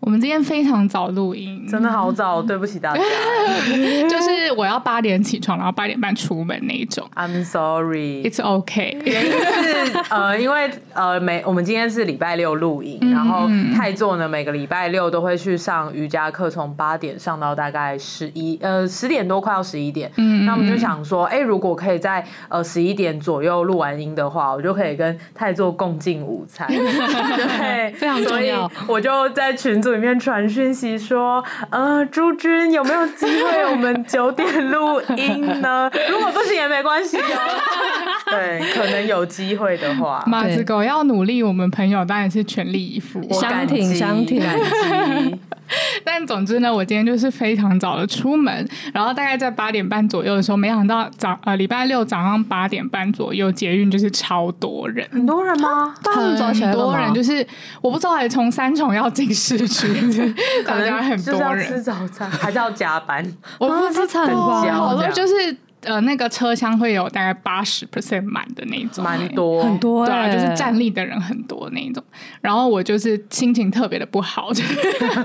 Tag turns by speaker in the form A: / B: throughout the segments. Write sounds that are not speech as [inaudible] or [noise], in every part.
A: 我们今天非常早录音，
B: 真的好早，
A: 嗯
B: 对不起大家
A: [laughs] 就是我要八点起床，然后八点半出门那一种。
B: ，I'm sorry。
A: It's OK，
B: 原因是呃，因为呃，每我们今天是礼拜六录影，
A: 嗯
B: 然后泰座呢每个礼拜六都会去上瑜伽课，从八点上到大概十一呃十点多，快要十一点。
A: 嗯
B: 那我们就想说，哎、如果可以在呃十一点左右录完音的话，我就可以跟泰座共进
A: [laughs]
B: 午餐。对，
A: 非常重要。
B: 我就在群组里面传讯息说，呃，朱君有没有机会我们九点录音呢？ [laughs] 如果不行也没关系哦。 [laughs] 对，可能有机会的话，
A: 马子狗要努力，我们朋友当然是全力以赴。
B: 我感
C: 相挺
B: 激
C: 相挺
B: 感激。
A: [laughs] 但总之呢，我今天就是非常早的出门，然后大概在八点半左右的时候，没想到早呃礼拜六早上八点半左右，捷运就是超多人。
B: 很多人吗？
C: 大家都走起来
A: 很
C: 了吗
A: 多人就是我不知道，还从三重要进市
B: [laughs]
A: 区，
B: 可
A: 大家
B: 能
A: 很
B: 就是
A: 多
B: 要吃
A: 人，
B: 早餐，还是要加班？
A: 我不
C: 啊
A: 知
C: 这惨了吧
A: 道，好
B: 这
A: 多
B: 样
A: 就是呃那个车厢会有大概八十 percent 满的那种，欸
B: 蛮多，
C: 很多
A: 对啊，
C: 欸
A: 就是站立的人很多那一种。然后我就是心情特别的不好，就是 [laughs]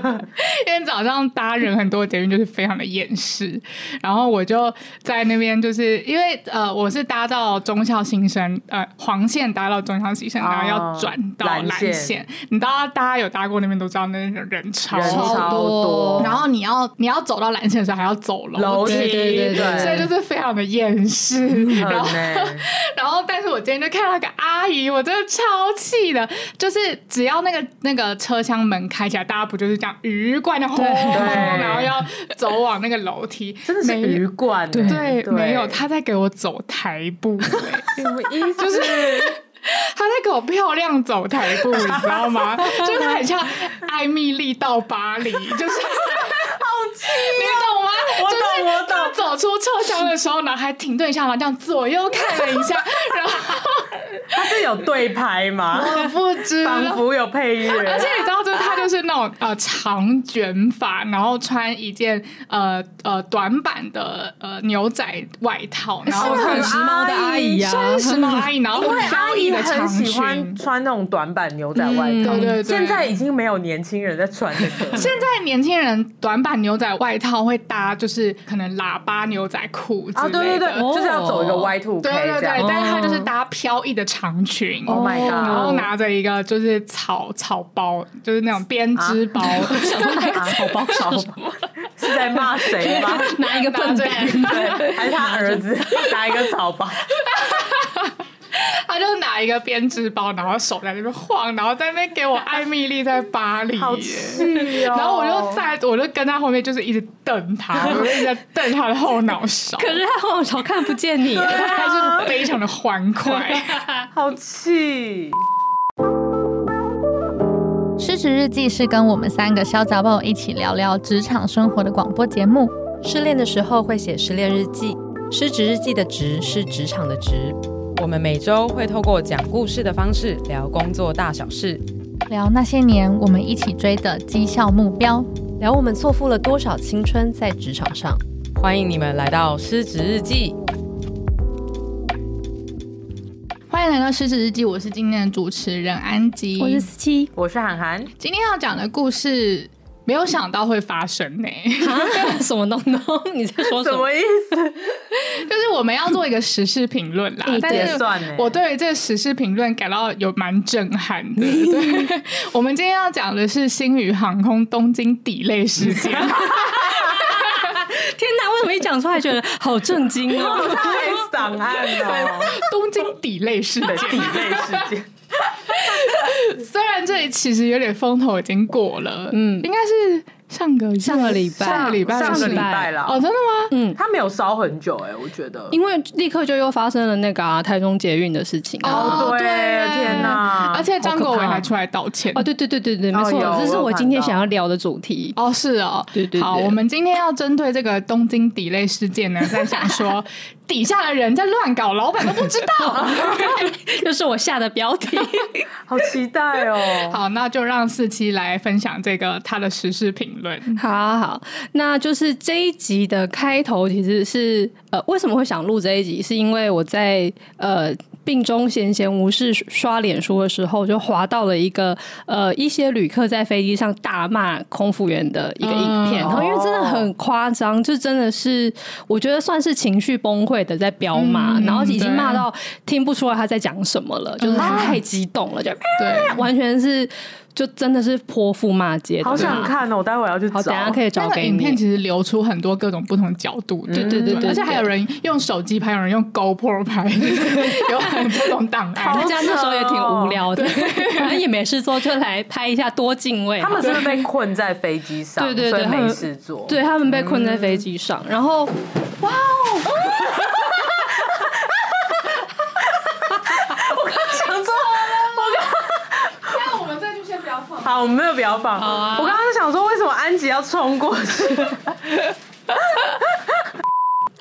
A: 因为早上搭人很多，捷运就是非常的厌世。然后我就在那边，就是因为呃，我是搭到中校新生，呃，黄线搭到中校新生，
B: 哦
A: 然后要转到
B: 蓝
A: 蓝
B: 线
A: 线。你知道大家有搭过那边都知道，那种人超
B: 人
C: 超
B: 超
C: 多
A: 然后你要你要走到蓝线的时候还要走楼
B: 哦楼梯
A: 对
B: 对对对嗯
A: 所以就是非常的厌世。
B: 很
A: 然后
B: 呢。
A: 然后，但是我今天就看到一个阿姨，我真的超气的，就是只要那个那个车厢门开起来，大家不就是这样鱼贯的轰，然后要走往那个楼梯，
B: 真的是
A: 没
B: 鱼罐
A: 对，
B: 欸，
A: 没有，她在给我走台步、
B: [laughs]
A: 欸
B: 什么意思？
A: 就是
B: [laughs]
A: 她在给我漂亮走台步，你知道
B: [laughs]
A: 吗？就是她很像艾米丽到巴黎，就是好气、 [laughs] 你懂吗？
B: 我
A: 就是
B: 懂，哦我
A: 他
B: 懂。
A: 走出车厢的时候呢，还停顿一下，然后这样左右看了一
B: [laughs]
A: 下，然后
B: 他是有对
A: [laughs]
B: 拍吗？
A: 我不知
B: 仿
A: 道。
B: 佛有配
A: 而
B: 乐
A: 且，你知道，就是他就是那种呃长卷发，然后穿一件呃呃短版的呃牛仔外套，然后
B: 是
C: 很
B: 很
C: 时髦的阿姨啊，
A: 算是时髦阿姨，然后
B: 因为
A: 飘
B: 哦阿
A: 逸
B: 姨
A: 的长
B: 很
A: 裙，嗯
B: 喜欢穿那种短版牛仔外
A: 对
B: 套，
A: 对对。
B: 现在已经没有年轻人在穿这个
A: [laughs]
B: 了。
A: 现在年轻人短版牛仔外套会搭就是可能喇叭牛仔裤之
B: 啊，
A: 类的，
B: 对对对，
C: 哦
B: 就是要走一个 Y two K
A: 对对
B: 这
A: 对，
B: 样。
A: 但是她就是搭飘逸的长裙。
B: Oh
C: 哦
B: my
A: 然后
B: god！
A: 拿着一个就是草草包，就是那种编织包， [laughs]
B: [laughs] 好啊包好包，是在骂谁
A: [laughs]
B: 吗？
C: 拿一个
A: 拿
C: 笨
A: 着
C: 蛋，
B: 对，还是他儿子拿一个草包？
A: [laughs] 他就拿一个编织包，然后手在那边晃，然后在那边给我艾米丽在巴黎耶，
B: 好气哦！
A: 然后我就在，我就跟他后面就是一直瞪他，我就一直在瞪他的后脑勺，
C: 可是他后头看不见你。
A: [laughs] 他是非常的欢快。
B: 好气。
D: 失职日记是跟我们三个小杂宝一起聊聊职场生活的广播节目。
C: 失恋的时候会写失恋日记，失职日记的职是职场的职。
E: 我们每周会透过讲故事的方式聊工作大小事，
D: 聊那些年我们一起追的绩效目标。
C: 聊我们错付了多少青春在职场上。
E: 欢迎你们来到失职日记。
A: [laughs] 欢迎来到失职日记，我是今天的主持人安吉，
C: 我是四七，
B: 我是涵涵，
A: 今天要讲的故事，没有想到会发生呢、
C: [laughs]
A: [laughs]
C: 什么东东？你在说什
B: 什
C: 么？
B: 么意 [laughs] 思？
A: 就是我们要做一个时事评论啦，但
B: 也
A: 是
B: 算呢。
A: 我对于这个时事评论感到有蛮震撼的。对，我们今天要讲的是星宇航空东京抵类事 [laughs] 件。
C: 天哪！为什么一讲出来觉得好震惊哦？
B: 太档案了，
A: 东京抵类事
B: [laughs] 对地
A: 件，
B: 类事件。
A: 虽然这里其实有点风头已经过了，嗯，应该是上个月
C: 上个礼拜
A: 上个礼拜
B: 上
A: 是
B: 个
A: 不
B: 礼
A: 是
B: 拜
A: 哦，
B: 了，
A: 真的吗？
C: 嗯，
B: 他没有烧很久哎，我觉得。
C: 因为立刻就又发生了那个啊台中捷运的事情啊。
B: 哦对天哪
A: 而且张国伟
C: 好可怕
A: 还出来道歉
C: 哦，对对对对对，没
B: 哦
C: 错，
B: 有
C: 这是
B: 我
C: 我
B: 有
C: 今天
B: 看到
C: 想要聊的主题。
A: 哦，是哦，
C: 对对对 [laughs]
A: 好，我们今天要针对这个东京 delay 事件呢，在想说底下的人在乱搞，老板都不知道。
F: 就是我下的标题。
B: 好期待
F: [laughs]
B: 哦！
A: 好，那就让四七来分享这个他的时事评论。
F: 好 [laughs] 好好，那就是这一集的开头，其实是呃，为什么会想录这一集？是因为我在呃病中闲闲无事刷脸书的时候，就滑到了一个呃一些旅客在飞机上大骂空服员的一个影片，
A: 嗯
F: 然后因为真的很夸张，就真的是我觉得算是情绪崩溃的在飙骂，
A: 嗯啊
F: 然后已经
A: 对
F: 骂到听不出来他在讲什么了，就是他太激动了，就呃
A: 对，
F: 完全是就真的是泼妇骂街的骂，
B: 好想看哦，我待会要去
F: 好，
B: 找。
F: 等一下可以
A: 那
F: 找
A: 个
F: 给
A: 影片
F: 你。
A: 其实流出很多各种不同角度的，
F: 对对对对对
A: 而且还有人用手机拍，有人用 GoPro 拍， [laughs] 有很多种档
F: 大
A: 案。
F: 家那时候也挺无聊
A: 哦
F: 的， [laughs] 反正也没事做，就来拍一下多敬畏嘛。
B: 他们是不是被困在飞机上，
F: 对对对
B: 所以
F: 他
B: 没
F: 们
B: 事做？
F: 对他们被困
A: 嗯
F: 在飞机上，然后哇哦！
B: [laughs] 好，我们没有标榜。
F: 啊
B: 我刚刚想说，为什么安吉要冲过
F: [laughs]
B: 去？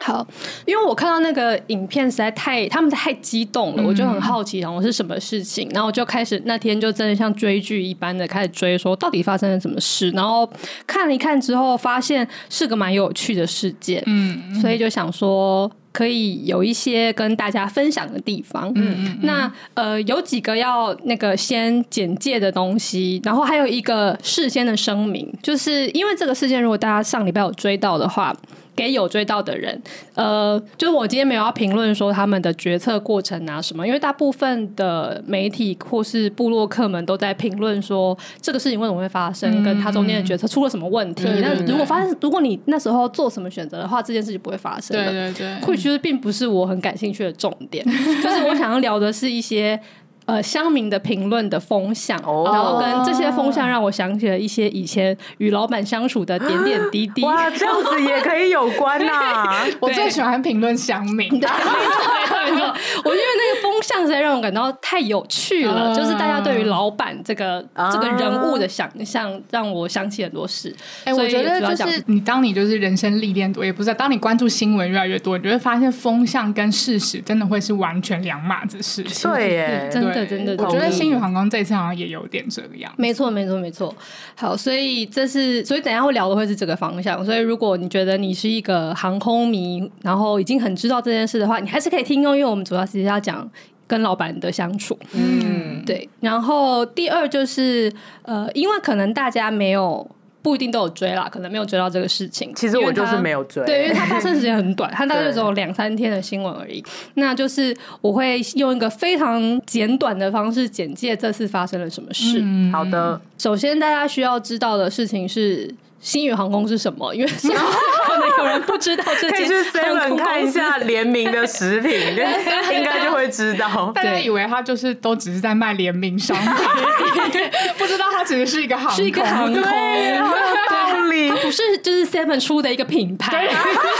F: 好，因为我看到那个影片实在太，他们太激动了，我就
A: 嗯
F: 很好奇，然后是什么事情，然后我就开始那天就真的像追剧一般的开始追，说到底发生了什么事，然后看了一看之后，发现是个蛮有趣的事件，
A: 嗯，
F: 所以就想说可以有一些跟大家分享的地方。嗯嗯。那呃，有几个要那个先简介的东西，然后还有一个事先的声明，就是因为这个事件，如果大家上礼拜有追到的话。给有追到的人，呃，就是我今天没有要评论说他们的决策过程啊什么，因为大部分的媒体或是部落客们都在评论说这个事情为什么会发生，跟他中间的决策出了什么问题。
A: 对对
F: 那
A: 对
F: 如果发现，如果你那时候做什么选择的话，这件事情不会发生
A: 对
F: 的。
A: 对对，
F: 会觉得并不是我很感兴趣的重
A: [laughs]
F: 点，就是我想要聊的是一些。呃，乡民的评论的风向，
B: 哦
F: 然后跟这些风向让我想起了一些以前与老板相处的点点滴滴。
B: 啊哇，这样子也可以有关呐、
A: 我最喜欢评论乡民。
F: [laughs] 对，没错，没错，没错。我因为那个风向实在让我感到太有趣了，
A: 嗯
F: 就是大家对于老板这个、
B: 啊
F: 这个人物的想象，让我想起很多事。
A: 哎、
F: 所
A: 我
F: 以
A: 觉得
F: 主要
A: 就
F: 讲
A: 是你，当你就是人生历练多，也不是啊当你关注新闻越来越多，你就会发现风向跟事实真的会是完全两码子事情。[laughs]
B: 对耶，
F: 真的，真的，
A: 我觉
F: 同
A: 得
F: 意
A: 星宇航空这次好像也有点这样。
F: 没错，没错，没错。好，所以这是，所以等一下会聊的会是这个方向。所以如果你觉得你是一个航空迷，然后已经很知道这件事的话，你还是可以听哦，因为我们主要其实要讲跟老板的相处。
B: 嗯，
F: 对，然后第二就是呃，因为可能大家没有不一定都有追啦，可能没有追到这个事情。
B: 其实我就是没
F: 有。
B: 有追，
F: 对，因为它发生时间很
B: [laughs]
F: 短，它大概
B: 对
F: 就只有两三天的新闻而已。那就是我会用一个非常简短的方式简介这次发生了什么事。
A: 嗯
B: 好的，
F: 首先，大家需要知道的事情是星宇航空是什
B: [laughs]
F: 么，因为现在可能有人不知道这
B: 可以
F: 间
B: 去
F: 航
B: Seven
F: 空
B: 看
F: 公
B: 一
F: 司。
B: 下联名的食
F: [laughs]
B: 品，应该就会知道。
A: 大家
F: 对
A: 以为他就是都只是在卖联名商
F: [laughs]
A: 品，不知道他其实是一个航空，
F: 是一
A: [laughs]
F: 个航空，
B: 对，好有道理
F: 它。不是就是 Seven 出的一个品牌，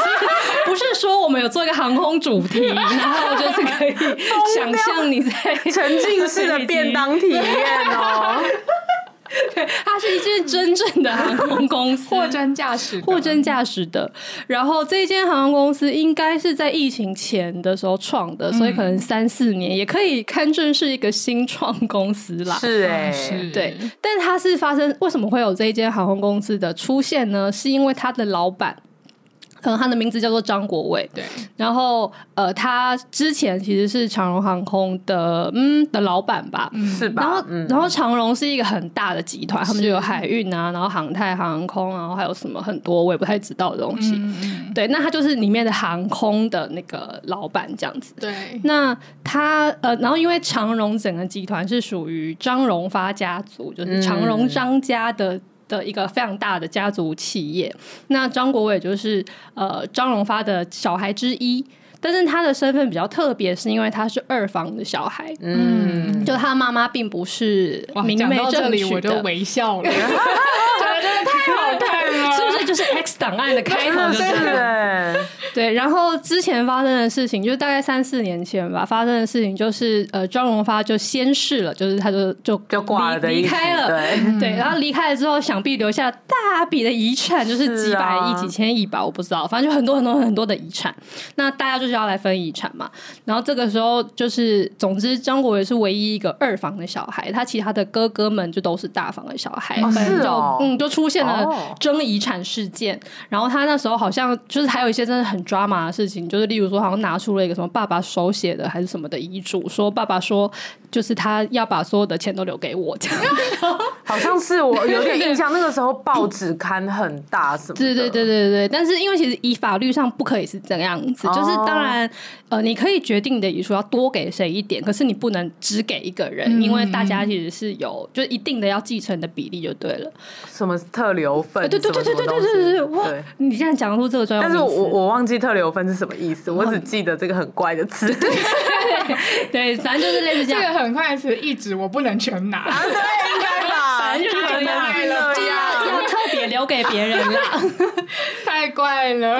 F: [laughs] 不是说我们有做一个航空主题，然后就是可以想象你在
B: 沉浸式的便当体验 [laughs] 哦，
F: 它是一间真正的航空公
B: [laughs]
F: 司，
A: 货真价实的，
F: 货真价实的。然后这一间航空公司应该是在疫情前的时候创的，所以可能三四年也可以堪称是一个新创公司啦。
B: 是哎、
A: 是，
F: 对，但它是发生为什么会有这一间航空公司的出现呢？是因为它的老板，嗯，他的名字叫做张国伟，
A: 对，
F: 然后呃，他之前其实是长荣航空的嗯的老板吧，
B: 是吧？
F: 然后，
B: 嗯
F: 然后长荣是一个很大的集团，他们就有海运啊，然后航太、航空，然后还有什么很多我也不太知道的东西。
A: 嗯嗯，
F: 对，那他就是里面的航空的那个老板这样子。
A: 对，
F: 那他呃，然后因为长荣整个集团是属于张荣发家族，
A: 嗯
F: 就是长荣张家的。的一个非常大的家族企业，那张国伟就是呃张荣发的小孩之一，但是他的身份比较特别，是因为他是二房的小孩，
A: 嗯，
F: 就他妈妈并不是
A: 哇，
F: 明
A: 讲
F: 媒
A: 到这
F: 正
A: 里
F: 娶 [laughs]
A: 我就
B: [laughs]
F: 的，
A: 微笑了，觉得真的太好看了，
F: [laughs] 是不是就是 X 档案的开头，就是
B: 哎，
F: 嗯对，然后之前发生的事情，就大概三四年前吧，发生的事情就是，呃，张荣发就先逝了，就是他就就
B: [laughs] 就挂了的
F: 离
B: 意
F: 离
B: 思
F: 开了， [laughs]
B: 对，
F: 对，然后离开了之后，想必留下大笔的遗产，就是几
B: 是
F: 百
B: 啊
F: 亿、几千亿吧，我不知道，反正就很多很多很多的遗产。那大家就是要来分遗产嘛。然后这个时候就是，总之张国伟是唯一一个二房的小孩，他其他的哥哥们就都是大房的小孩，
B: 哦
F: 反正
B: 是
F: 就、
B: 哦
F: 嗯，就出现
B: 哦
F: 了争遗产事件。然后他那时候好像就是还有一些真的很抓马的事情，就是例如说好像拿出了一个什么爸爸手写的还是什么的遗嘱，说爸爸说就是他要把所有的钱都留给我这样。
B: 好像是我有点印象，那个时候报纸刊很大，什么的
F: 对对对对对，但是因为其实以法律上不可以是这个样子，就是
B: 哦
F: 当然呃，你可以决定你的遗书要多给谁一点，可是你不能只给一个人，因为大家其实是有就是一定的要继承的比例就对了。
B: 什么特留分，
F: 啊对对对对对对对对对，哇！你现在讲出这个专有嗯
B: 但
F: 名
B: 是
F: 词，
B: 我我我忘记特留分是什么意思，我只记得这个很怪的词。对，
F: 对，反正就是类似这
A: 这
F: 样。
A: 个很快是一直我不能全拿，
F: [laughs]
B: 应该吧，
F: 反正就是
B: 可
F: 这
B: 能
F: 样啊
B: 是
F: 就是
B: 这
F: 要
B: 样。
F: 要特别留给别人啦。
A: 太怪了。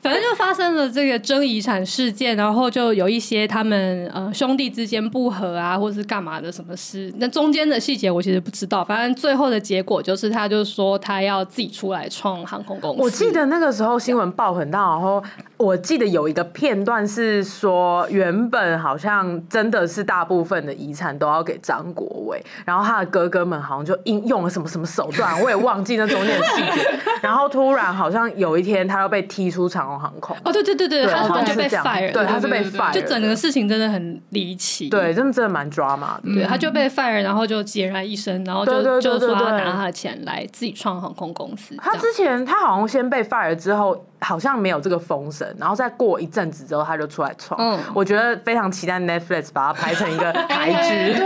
F: 反正就发生了这个争遗产事件，然后就有一些他们呃兄弟之间不和啊，或是干嘛的什么事。那中间的细节我其实不知道，反正最后的结果就是他就说他要自己出来创航空公司。
B: 我记得那个时候新闻报很大，然后我记得有一个片段是说，原本好像真的是大部分的遗产都要给张国伟，然后他的哥哥们好像就应用了什么什么手段，我也忘记那中间的细 [laughs] 节。然后突然好像有一天他又被踢出长荣航空，
F: 哦，对对对对，他
B: 好
F: 好
B: 像
F: 像就是被
B: 这样
F: fire，
B: 对，
F: 了
B: 他是被
A: 对对
B: fire，
F: 就整个
B: 的
F: 事情真的很离奇。
B: 对，真的真的蛮抓马的。
F: 对，他就被 fire，然后就孑然一身，然后就
B: 对对对
F: 就
B: 对
F: 说要
B: 对
F: 拿他的钱来自己创航空公司。
B: 他
F: 这样
B: 之前他好像先被 fire 之后，好像没有这个风声，然后再过一阵子之后他就出来创。
F: 嗯
B: 我觉得非常期待 Netflix 把它拍成一
F: [laughs]
B: 个台剧。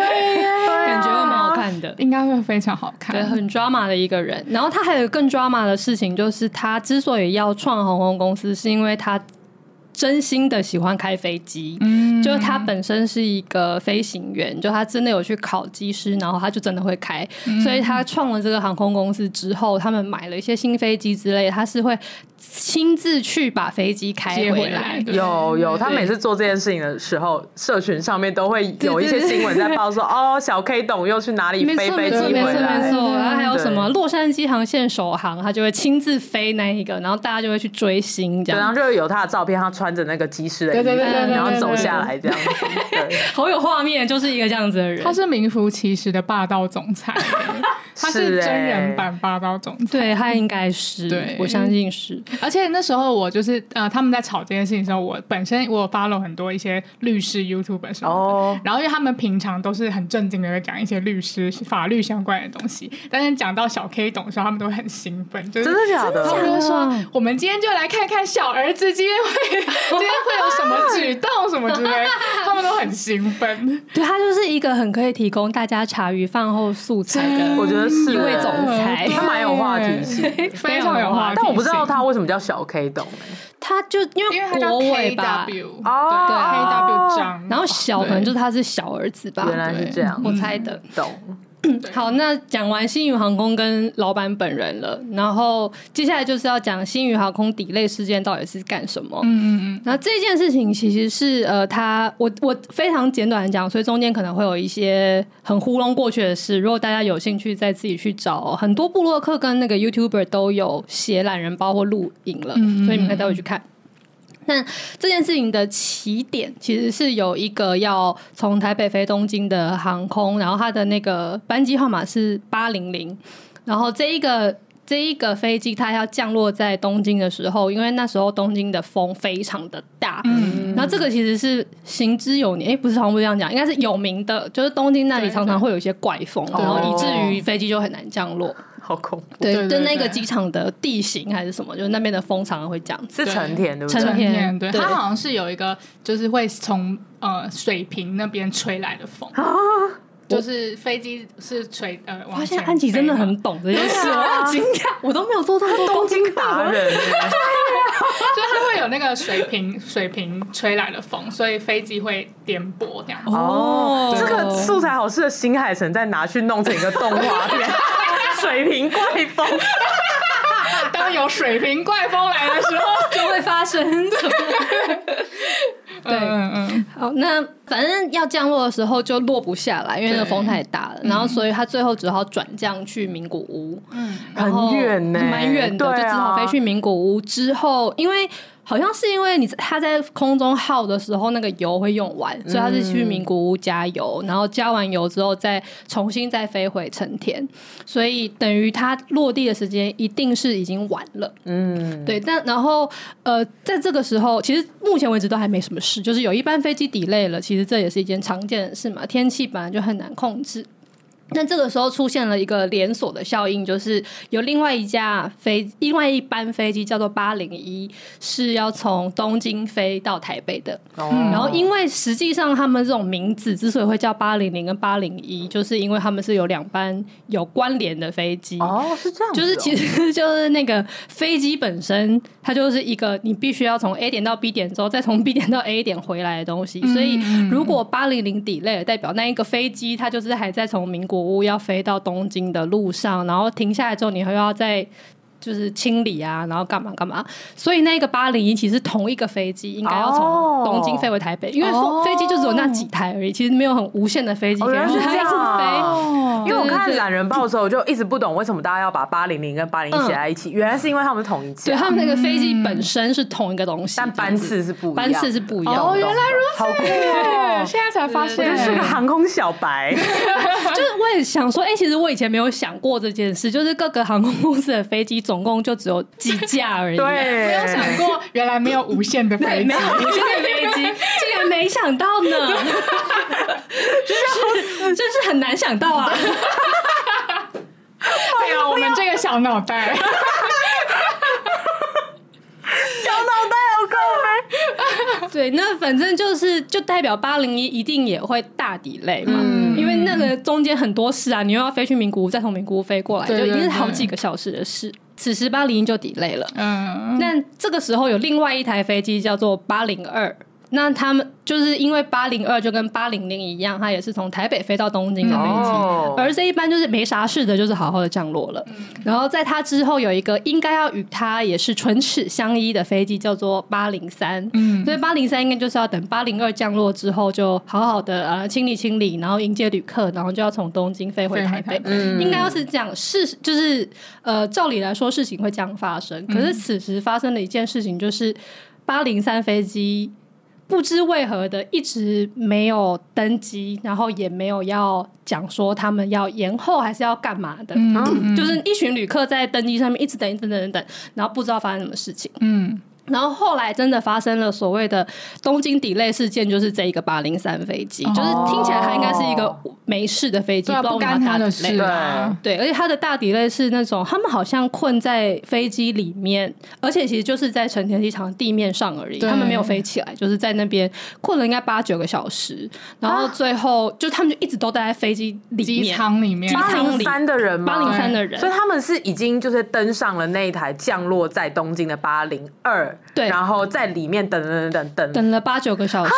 F: 感觉会蛮好看的。
A: 应该会非常好
F: 对，
A: 看。
F: 很 drama 的一个人。然后他还有更 drama 的事情，就是他之所以要创航空公司，是因为他真心的喜欢开飞机。嗯，就是他本身是一个飞行员，就他真的有去考机师，然后他就真的会开。所以他创了这个航空公司之后，他们买了一些新飞机之类，他是会亲自去把飞机开
A: 接回
F: 来
A: 来。对
B: 有有，他
F: 对
B: 每次做这件事情的时候，社群上面都会有一些新闻在报
F: [laughs]
B: 说，哦，小 K 董又去哪里
F: 没
B: 飞
F: 错，
B: 飞
F: 没
B: 机
F: 错，没
B: 回
F: 错，没
B: 来。
F: 错。然后还有
B: 对
F: 什么洛杉矶航线首航，他就会亲自飞那一个，然后大家就会去追星，这
B: 对，然
F: 样
B: 后就有他的照片，他穿着那个机师的
A: 对
B: 衣
A: 对对对
B: 服，
A: 对
B: 然后
A: 对
B: 走
A: 对
B: 下来这样
F: [laughs]
B: 子。对，
F: 好有画面，就是一个这样子的人。
A: 他是名副其实的霸道总
F: [laughs]
A: 裁，他
B: 是
A: 是
B: 欸
A: 真人版霸道总裁。
F: 对他应该是，
A: 对
F: 我相信是。欸
A: 而且那时候我就是呃，他们在吵这件事情的时候，我本身我有 follow 很多一些律师 YouTube 什么的，
B: 哦
A: 然后因为他们平常都是很正经的在讲一些律师法律相关的东西，但是讲到小 K 懂的时候，他们都会很兴奋，就是
B: 真的假的
F: 嗯
A: 他们就
F: 哦
A: 说我们今天就来看看小儿子今天会今天会有什么举动什么之类，他们都很兴
F: [laughs]
A: 奋。
F: 对他就是一个很可以提供大家茶余饭后素材的，
B: 我觉得是
F: 一位
B: 欸
F: 总裁。
B: [laughs] 他蛮有话题
F: [laughs]
B: 性的，
A: 嗯非常有话题性，
B: 但我不知道他为什么叫小 K 董欸。
F: 他就因
A: 因为
F: 为
A: 他叫
F: 国伟
A: KW，
F: 吧，
A: 对
B: 哦
A: ，KW 张，
F: 然后小可能就是他是小儿子吧，
B: 原来是这样，
F: 啊 [laughs] 我猜的。
A: 嗯
B: 懂。
F: 好，那讲完星宇航空跟老板本人了，然后接下来就是要讲星宇航空抵类事件到底是干什么。
A: 嗯嗯
F: 那这件事情其实是呃，他我我非常简短的讲，所以中间可能会有一些很糊弄过去的事。如果大家有兴趣，再自己去找，很多部落客跟那个 YouTuber 都有写懒人包或录影了，
A: 嗯
F: 所以你们可以待会去看。那这件事情的起点其实是有一个要从台北飞东京的航空，然后它的那个班机号码是八零零，然后这一个这一个飞机它要降落在东京的时候，因为那时候东京的风非常的大，嗯，然后这个其实是行之有年，哎，不是好像不是这样讲，应该是有名的，就是东京那里
A: 对
F: 常常会有一些怪风，然后以至于
B: 哦
F: 飞机就很难降落，
B: 好恐怖，
F: 对，
A: 对对
F: 跟那个
A: 对
F: 机场的地形还是什么，就是那边的风常常会这样子，
B: 是成田对
A: 嗯，
B: 不
F: 成
B: 对？
F: 田
A: 对，
F: 对
A: 他好像是有一个，就是会从呃水平那边吹来的风，
B: 啊
F: [laughs]
A: 就是飞机是吹呃往
F: 发
A: 前
F: 现
A: 飞嘛。
F: 安琪真的很懂这件事，我很惊讶，我都没有做这么多
B: 东
F: 功
B: 京达
F: 课。
B: 人，
A: 就是它会有那个水平 [laughs] 水平吹来的风，所以飞机会颠簸这样。
B: 哦，这个
F: 对
B: 素材好适合新
F: [laughs]
B: 海诚再拿去弄成一个动画片，《水平怪风》
A: 当有水平怪风来的时候，
F: 就会发生什么？ [laughs] 对，
A: 嗯嗯
F: 好，那反正要降落的时候就落不下来，因为那
A: 对
F: 风太大了，然后所以他最后只好转降去名古屋，
A: 嗯
F: 然后
B: 很远呢
F: 蛮远的，
B: 对啊
F: 就只好飞去名古屋。之后因为好像是因为你他在空中耗的时候，那个油会用完，所以他是去名古屋加油，然后加完油之后再重新再飞回成田，所以等于他落地的时间一定是已经晚了。
B: 嗯，
F: 对，但然后呃，在这个时候，其实目前为止都还没什么事，就是有一班飞机 delay 了，其实这也是一件常见的事嘛，天气本来就很难控制。那这个时候出现了一个连锁的效应，就是有另外一架飞，另外一班飞机叫做八零一，是要从东京飞到台北的。
B: 哦
F: 嗯然后，因为实际上他们这种名字之所以会叫八零零跟八零一，就是因为他们是有两班有关联的飞机。
B: 哦，是这样子哦，
F: 就是其实 [laughs] 就是那个飞机本身，它就是一个你必须要从 A 点到 B 点之后，再从 B 点到 A 点回来的东西。
B: 嗯
F: 所以如果八零零 delay 了代表那一个飞机它就是还在从名古屋要飞到东京的路上，然后停下来之后，你还要再。就是清理啊，然后干嘛干嘛，所以那个八零一其实同一个飞机应该要从
B: 哦
F: 东京飞回台北，因为飞
A: 哦
F: 飞机就只有那几台而已，其实没有很无限的飞机
B: 哦
F: 可以
B: 原
F: 让
B: 来
F: 它
B: 是
F: 一直
B: 这样
F: 飞。
A: 哦
B: 因为我看
F: 对对对
B: 《懒人报》的时候，我就一直不懂为什么大家要把八零零跟八零一写在一起，原来是因为他们是同一
F: 对
B: 架，
F: 他们那个飞机本身是同一个东西，
B: 嗯但班次是不一样，
F: 班次是不一样的。
A: 哦，原来如
B: 好酷哦！
A: 现在才发
B: 我
A: 现
B: 真是个航空小
F: [laughs]
B: 白，
F: 就是我也想说，哎、其实我以前没有想过这件事，就是各个航空公司的飞机总共就只有几架而已。
B: 对，
A: 没有想过原来没有无限的
F: 对，
A: 飞
F: [laughs] 没
A: 机
F: 有，无限的飞机，竟然没想到呢， [laughs] 真是真是很难想到啊！
A: 对啊，我们这个小脑袋。
F: [laughs] 对，那反正就是就代表八零一一定也会大抵累嘛，因为那个中间很多事啊，你又要飞去名古屋，再从名古屋飞过来，
A: 对
F: 就一定
A: 对
F: 是
A: 对
F: 好几个小时的事。此时八零一就抵累了。
A: 嗯，
F: 那这个时候有另外一台飞机叫做八零二，那他们就是因为八零二就跟八零零一样，它也是从台北飞到东京的飞机。
B: 哦
F: 而这一班就是没啥事的，就是好好的降落了。然后在它之后有一个应该要与它也是唇齿相依的飞机，叫做八零三。嗯，所以八零三应该就是要等八零二降落之后，就好好的呃清理清理，然后迎接旅客，然后就要从东京飞回
A: 飞回
F: 台
A: 台。
F: 北
A: 北嗯
F: 应该要是这样，事就是呃，照理来说事情会这样发生，
A: 嗯
F: 可是此时发生了一件事情，就是八零三飞机不知为何的一直没有登机，然后也没有要讲说他们要延后还是要干嘛的，
A: 嗯
F: 就是一群旅客在登机上面一直等、一直等、等等，然后不知道发生什么事情。
A: 嗯，
F: 然后后来真的发生了所谓的东京 delay 事件，就是这一个八零三飞机，就是听起来它应该是一个没事的飞机，
A: 哦对啊，
F: 不知道
A: 不
F: 为什么
A: 干他的
F: 它 delay
A: 事啊。
F: 对，而且它的大底类是那种，他们好像困在飞机里面，而且其实就是在成田机场地面上而已，
A: 对
F: 他们没有飞起来，就是在那边困了应该八九个小时，然后最后、就他们就一直都待在飞机里
A: 啊机
F: 面。
A: 舱里面，
F: 机
B: 八
F: 舱
B: 零
F: 里
B: 三的人吗？
F: 八零三的人
B: 所以，他们是已经就是登上了那一台降落在东京的八零二，
F: 对
B: 然后在里面等等等等等，
F: 等了八九个小时，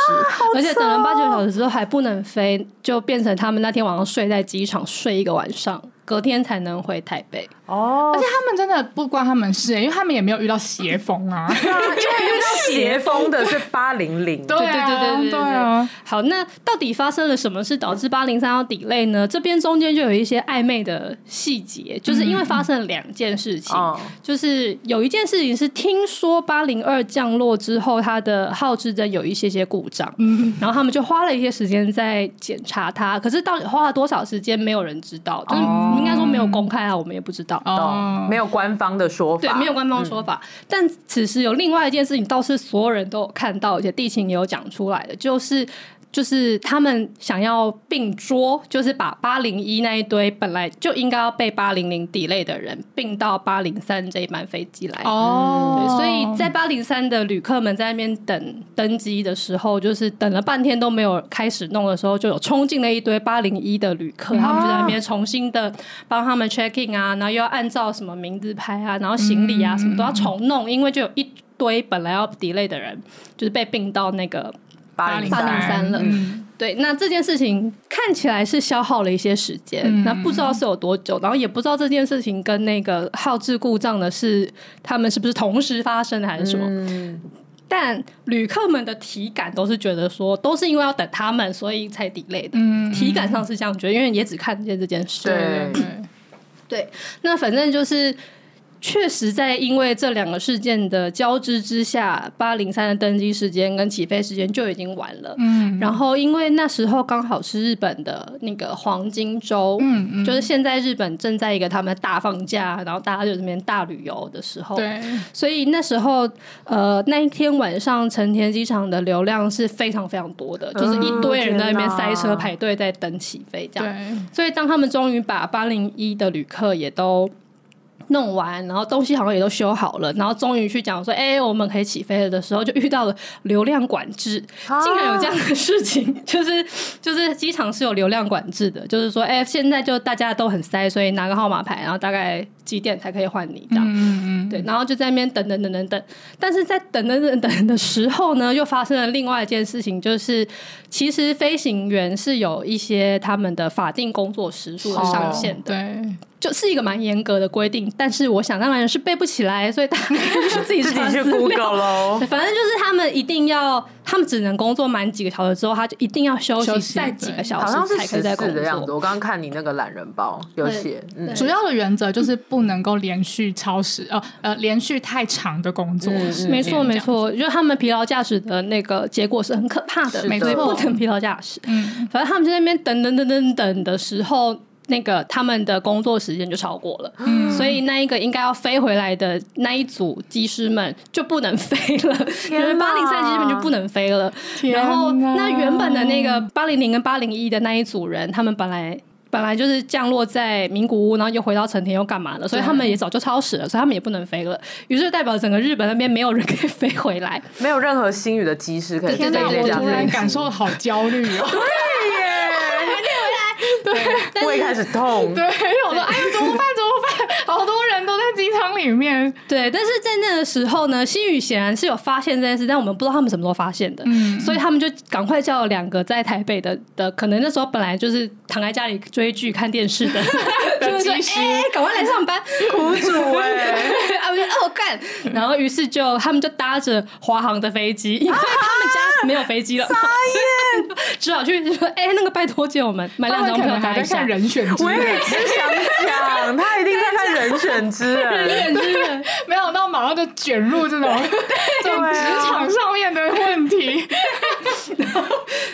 F: 而且等了八九个小时之后还不能飞，就变成他们那天晚上睡在机场睡一个晚上，隔天才能回台北。
B: 哦， [laughs]
A: 而且他们真的不关他们事，因为他们也没有遇到邪风啊。
B: 因为遇到斜风的是八零零，
A: 对啊
F: 对对对对对
A: 对啊，
F: 好，那到底发生了什么事导致八零三要 delay 呢？这边中间就有一些暧昧的细节，就是因为发生了两件事情，
B: 哦
F: 就是有一件事情是听说八零二降落之后，它的耗制灯有一些些故障，嗯，然后他们就花了一些时间在检查它，可是到底花了多少时间，没有人知道，就是应该说没有公开啊，我们也不知道。
A: 哦
B: 懂，没有官方的说
F: 对
B: 法，，嗯
F: 没有官方说法。但此时有另外一件事情，倒是所有人都有看到，而且地勤也有讲出来的，就是。就是他们想要并桌，就是把八零一那一堆本来就应该要被八零零 delay 的人并到八零三这一班飞机来。
A: 哦
F: 对，所以在八零三的旅客们在那边等登机的时候，就是等了半天都没有开始弄的时候，就有冲进了一堆八零一的旅
A: 嗯
F: 客，他们就在那边重新的帮他们 check in 啊，然后又要按照什么名字拍啊，然后行李啊什么都要重弄，因为就有一堆本来要 delay 的人，就是被并到那个
B: 八零
A: 嗯
F: 八零三了。对，那这件事情看起来是消耗了一些时间，
A: 嗯
F: 那不知道是有多久，然后也不知道这件事情跟那个耗制故障的是他们是不是同时发生的还是什么。
B: 嗯，
F: 但旅客们的体感都是觉得说，都是因为要等他们，所以才 delay 的。
A: 嗯
F: 体感上是这样觉得，因为也只看见这件事。
B: 对
A: 对对
F: 对，那反正就是确实在因为这两个事件的交织之下，八零三的登机时间跟起飞时间就已经晚了。
A: 嗯
F: 然后，因为那时候刚好是日本的那个黄金周，
A: 嗯嗯
F: 就是现在日本正在一个他们大放假，然后大家就这边大旅游的时候，
A: 对，
F: 所以那时候，呃，那一天晚上成田机场的流量是非常非常多的，就是一堆人在那边塞
B: 嗯天
F: 车
B: 哪
F: 排队在等起飞这样。
A: 对，
F: 所以当他们终于把八零一的旅客也都弄完，然后东西好像也都修好了，然后终于去讲说，哎、我们可以起飞了的时候，就遇到了流量管制，竟然有这样的事情，就是就是机场是有流量管制的，就是说，哎、现在就大家都很塞，所以拿个号码牌，然后大概几点才可以换你这样。
A: 嗯嗯嗯，
F: 对，然后就在那边等等等等等，但是在等等等等的时候呢，又发生了另外一件事情，就是其实飞行员是有一些他们的法定工作时数的上限的，
A: 哦对，
F: 就是一个蛮严格的规定。但是我想当然是背不起来，所以大家就是自己
B: 自己
F: 查
B: 去
F: 资料
B: Google 喽
F: [laughs] 对，。反正就是他们一定要，他们只能工作满几个小时之后，他就一定要休
A: 休
F: 息
A: 息
F: 再几
A: 对
F: 个小
B: 好像
F: 时
B: 是
F: 才可以
B: 十
F: 再工
B: 四的样子，
F: 作。
B: 我刚刚看你那个懒人包有
F: 对
B: 写，嗯
F: 对，
A: 主要的原则就是不能够连续超时，呃呃，连续太长的工作
B: 嗯嗯
A: 时间
F: 没错，没，
A: 这样
F: 错，就是他们疲劳驾驶的那个结果是很可怕的，
B: 是
A: 没
F: 所以
A: 错
F: 不能疲劳驾驶。
A: 嗯，
F: 反正他们就在那边等等等等等的时候，那个他们的工作时间就超过了，
B: 嗯
F: 所以那一个应该要飞回来的那一组机师们就不能飞了，因
B: 天哪
F: 为八零三机师 [laughs] 们就不能飞了。然后
A: 哪
F: 那原本的那个八零零跟八零一的那一组人，他们本来。本来就是降落在名古屋，然后又回到成田，又干嘛了？所以他们也早就超时了，所以他们也不能飞了。于是代表整个日本那边没有人可以飞回来。
B: 没有任何新语的机师可以
A: 天哪，
B: 飞这
A: 我
B: 样
A: 突然
B: 子。
A: 感受好焦虑哦，
B: 胃开始痛，
A: [laughs] 对，因为我说哎呀，怎么办？怎么办？好多人都在机场里面，
F: 对，但是在那个时候呢，新宇显然是有发现这件事，但我们不知道他们什么时候发现的，
A: 嗯
F: 所以他们就赶快叫了两个在台北的的，可能那时候本来就是躺在家里追剧看电视
A: [laughs]
F: 的，就是说
A: 技师
F: 哎，赶、快
A: [laughs]
F: 来上班，
B: 苦主哎，
F: 啊，我就哦干，然后于是就他们就搭着华航的飞
A: [laughs]
F: 机，因为他们家没有飞机了， [laughs] 只好去说哎、那个拜托借我们买
A: 他
F: 两
A: 们
F: 张
A: 可
F: 票
A: 能
F: 搭
A: 还
F: 一
A: 在
F: 下
A: 看。人选之
B: [laughs] 我也
A: 人，
B: 是想讲，他一定在看《人选之人》。
A: 没想到马上就卷入这种这种 [laughs] 职场上面的问题，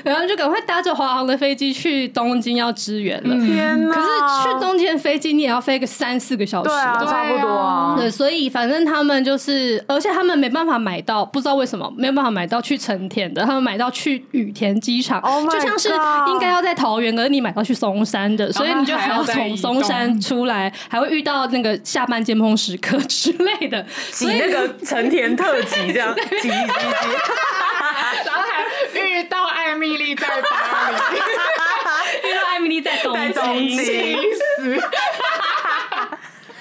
F: 然后就赶快搭着华航的飞机去东京要支援了。
B: 天哪！
F: 可是去东京的飞机你也要飞个三四个小时
B: 啊对啊，
F: 吧
B: 差不多啊。
F: 对，所以反正他们就是，而且他们没办法买到，不知道为什么没有办法买到去成田的，他们买到去羽田机场
B: Oh my
F: 就像是应该要在桃园，可是你买到去松山的，所以你就还要从松山出来，还会遇到那个下班尖峰时刻之类的，
B: 挤
F: 所以
B: 那个成田特辑这
F: [laughs]
B: 样，挤挤挤挤，
A: 然后还遇到艾米丽在巴黎，
F: 遇到艾米丽在东
B: 在东京。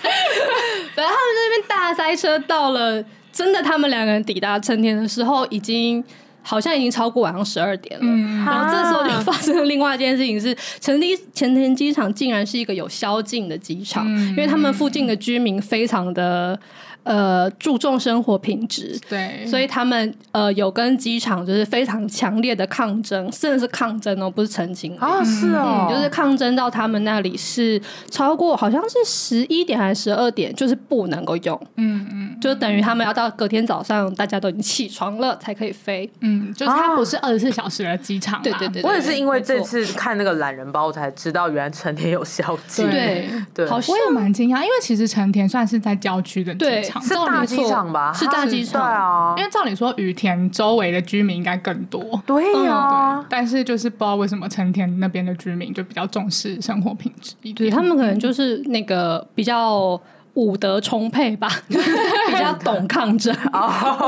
F: 反正他们在那边大塞车，到了真的他们两个人抵达成田的时候，已经好像已经超过晚上十二点了。然后这时候就发生了另外一件事情是，成田成田机场竟然是一个有宵禁的机场，因为他们附近的居民非常的呃注重生活品质。
A: 对，
F: 所以他们呃有跟机场就是非常强烈的抗争，甚至是抗争哦，不是澄清而已
B: 啊，是哦，
F: 嗯就是抗争到他们那里是超过好像是十一点还是十二点，就是不能够用，
A: 嗯嗯
F: 就等于他们要到隔天早上大家都已经起床了才可以飞。
A: 嗯，就是它不是二十四小时的机场啦，
F: 对对对
B: 我也是因为这
F: 没错
B: 次看那个懒人包，我才知道原来成田有宵禁。
F: 对
B: 对
F: 好像
A: 我也蛮惊讶，因为其实成田算是在郊区的机
F: 对
A: 场，
B: 是大机场吧？
F: 是大机场
B: 对啊，
A: 因为照理说羽田周围的居民应该更多。
B: 对啊
F: 哦嗯
A: 对，，但是就是不知道为什么成田那边的居民就比较重视生活品质一
F: 对
A: 点。
F: 他们可能就是那个比较。武德充沛吧，比较懂抗争，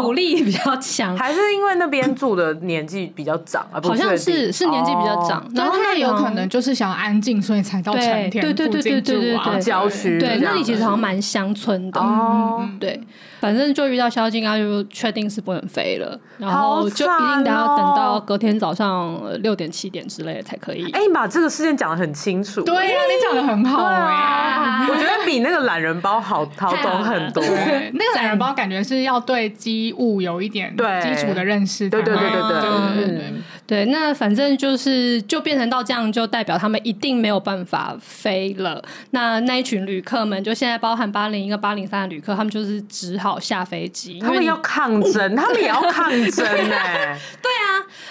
F: 武力比较强。
B: 还是因为那边住的年纪比较长啊？不
F: 好像
B: 确定
F: 是是年纪比较长，
A: 然
F: 然
A: 后
F: 后
A: 他
F: 那
A: 有
F: 种
A: 可能就是想安静，所以才到
F: 对
A: 成田
F: 对对
A: 附
F: 对
A: 近
F: 对
A: 住
F: 对
A: 啊
F: 对
B: 哦
F: 对
B: 郊区
F: 对，
B: 这样
F: 那里其实好像蛮乡村的。
A: 嗯
B: 哦，
F: 对，反正就遇到宵禁啊，就确定是不能飞了，然
B: 好
F: 后就一定得要
B: 惨哦
F: 等到隔天早上六点七点之类的才可以。
B: 哎，你把这个事件讲的很清楚，
A: 对呀、你讲的很好哎、
B: 我觉得比那个懒人包好好懂很多。
A: 对，那个懒人包感觉是要对机务有一点
B: 对
A: 基础的认识才
B: 对
A: 会。
B: 对对对
A: 对
B: 对，
A: 对对
B: 嗯，
F: [laughs] 对，那反正就是就变成到这样，就代表他们一定没有办法飞了。那那一群旅客们，就现在包含八零一个八零三的旅客，他们就是只好下飞机，因
B: 他
F: 为
B: 们
F: 你
B: 要抗争，他们也要抗争哎，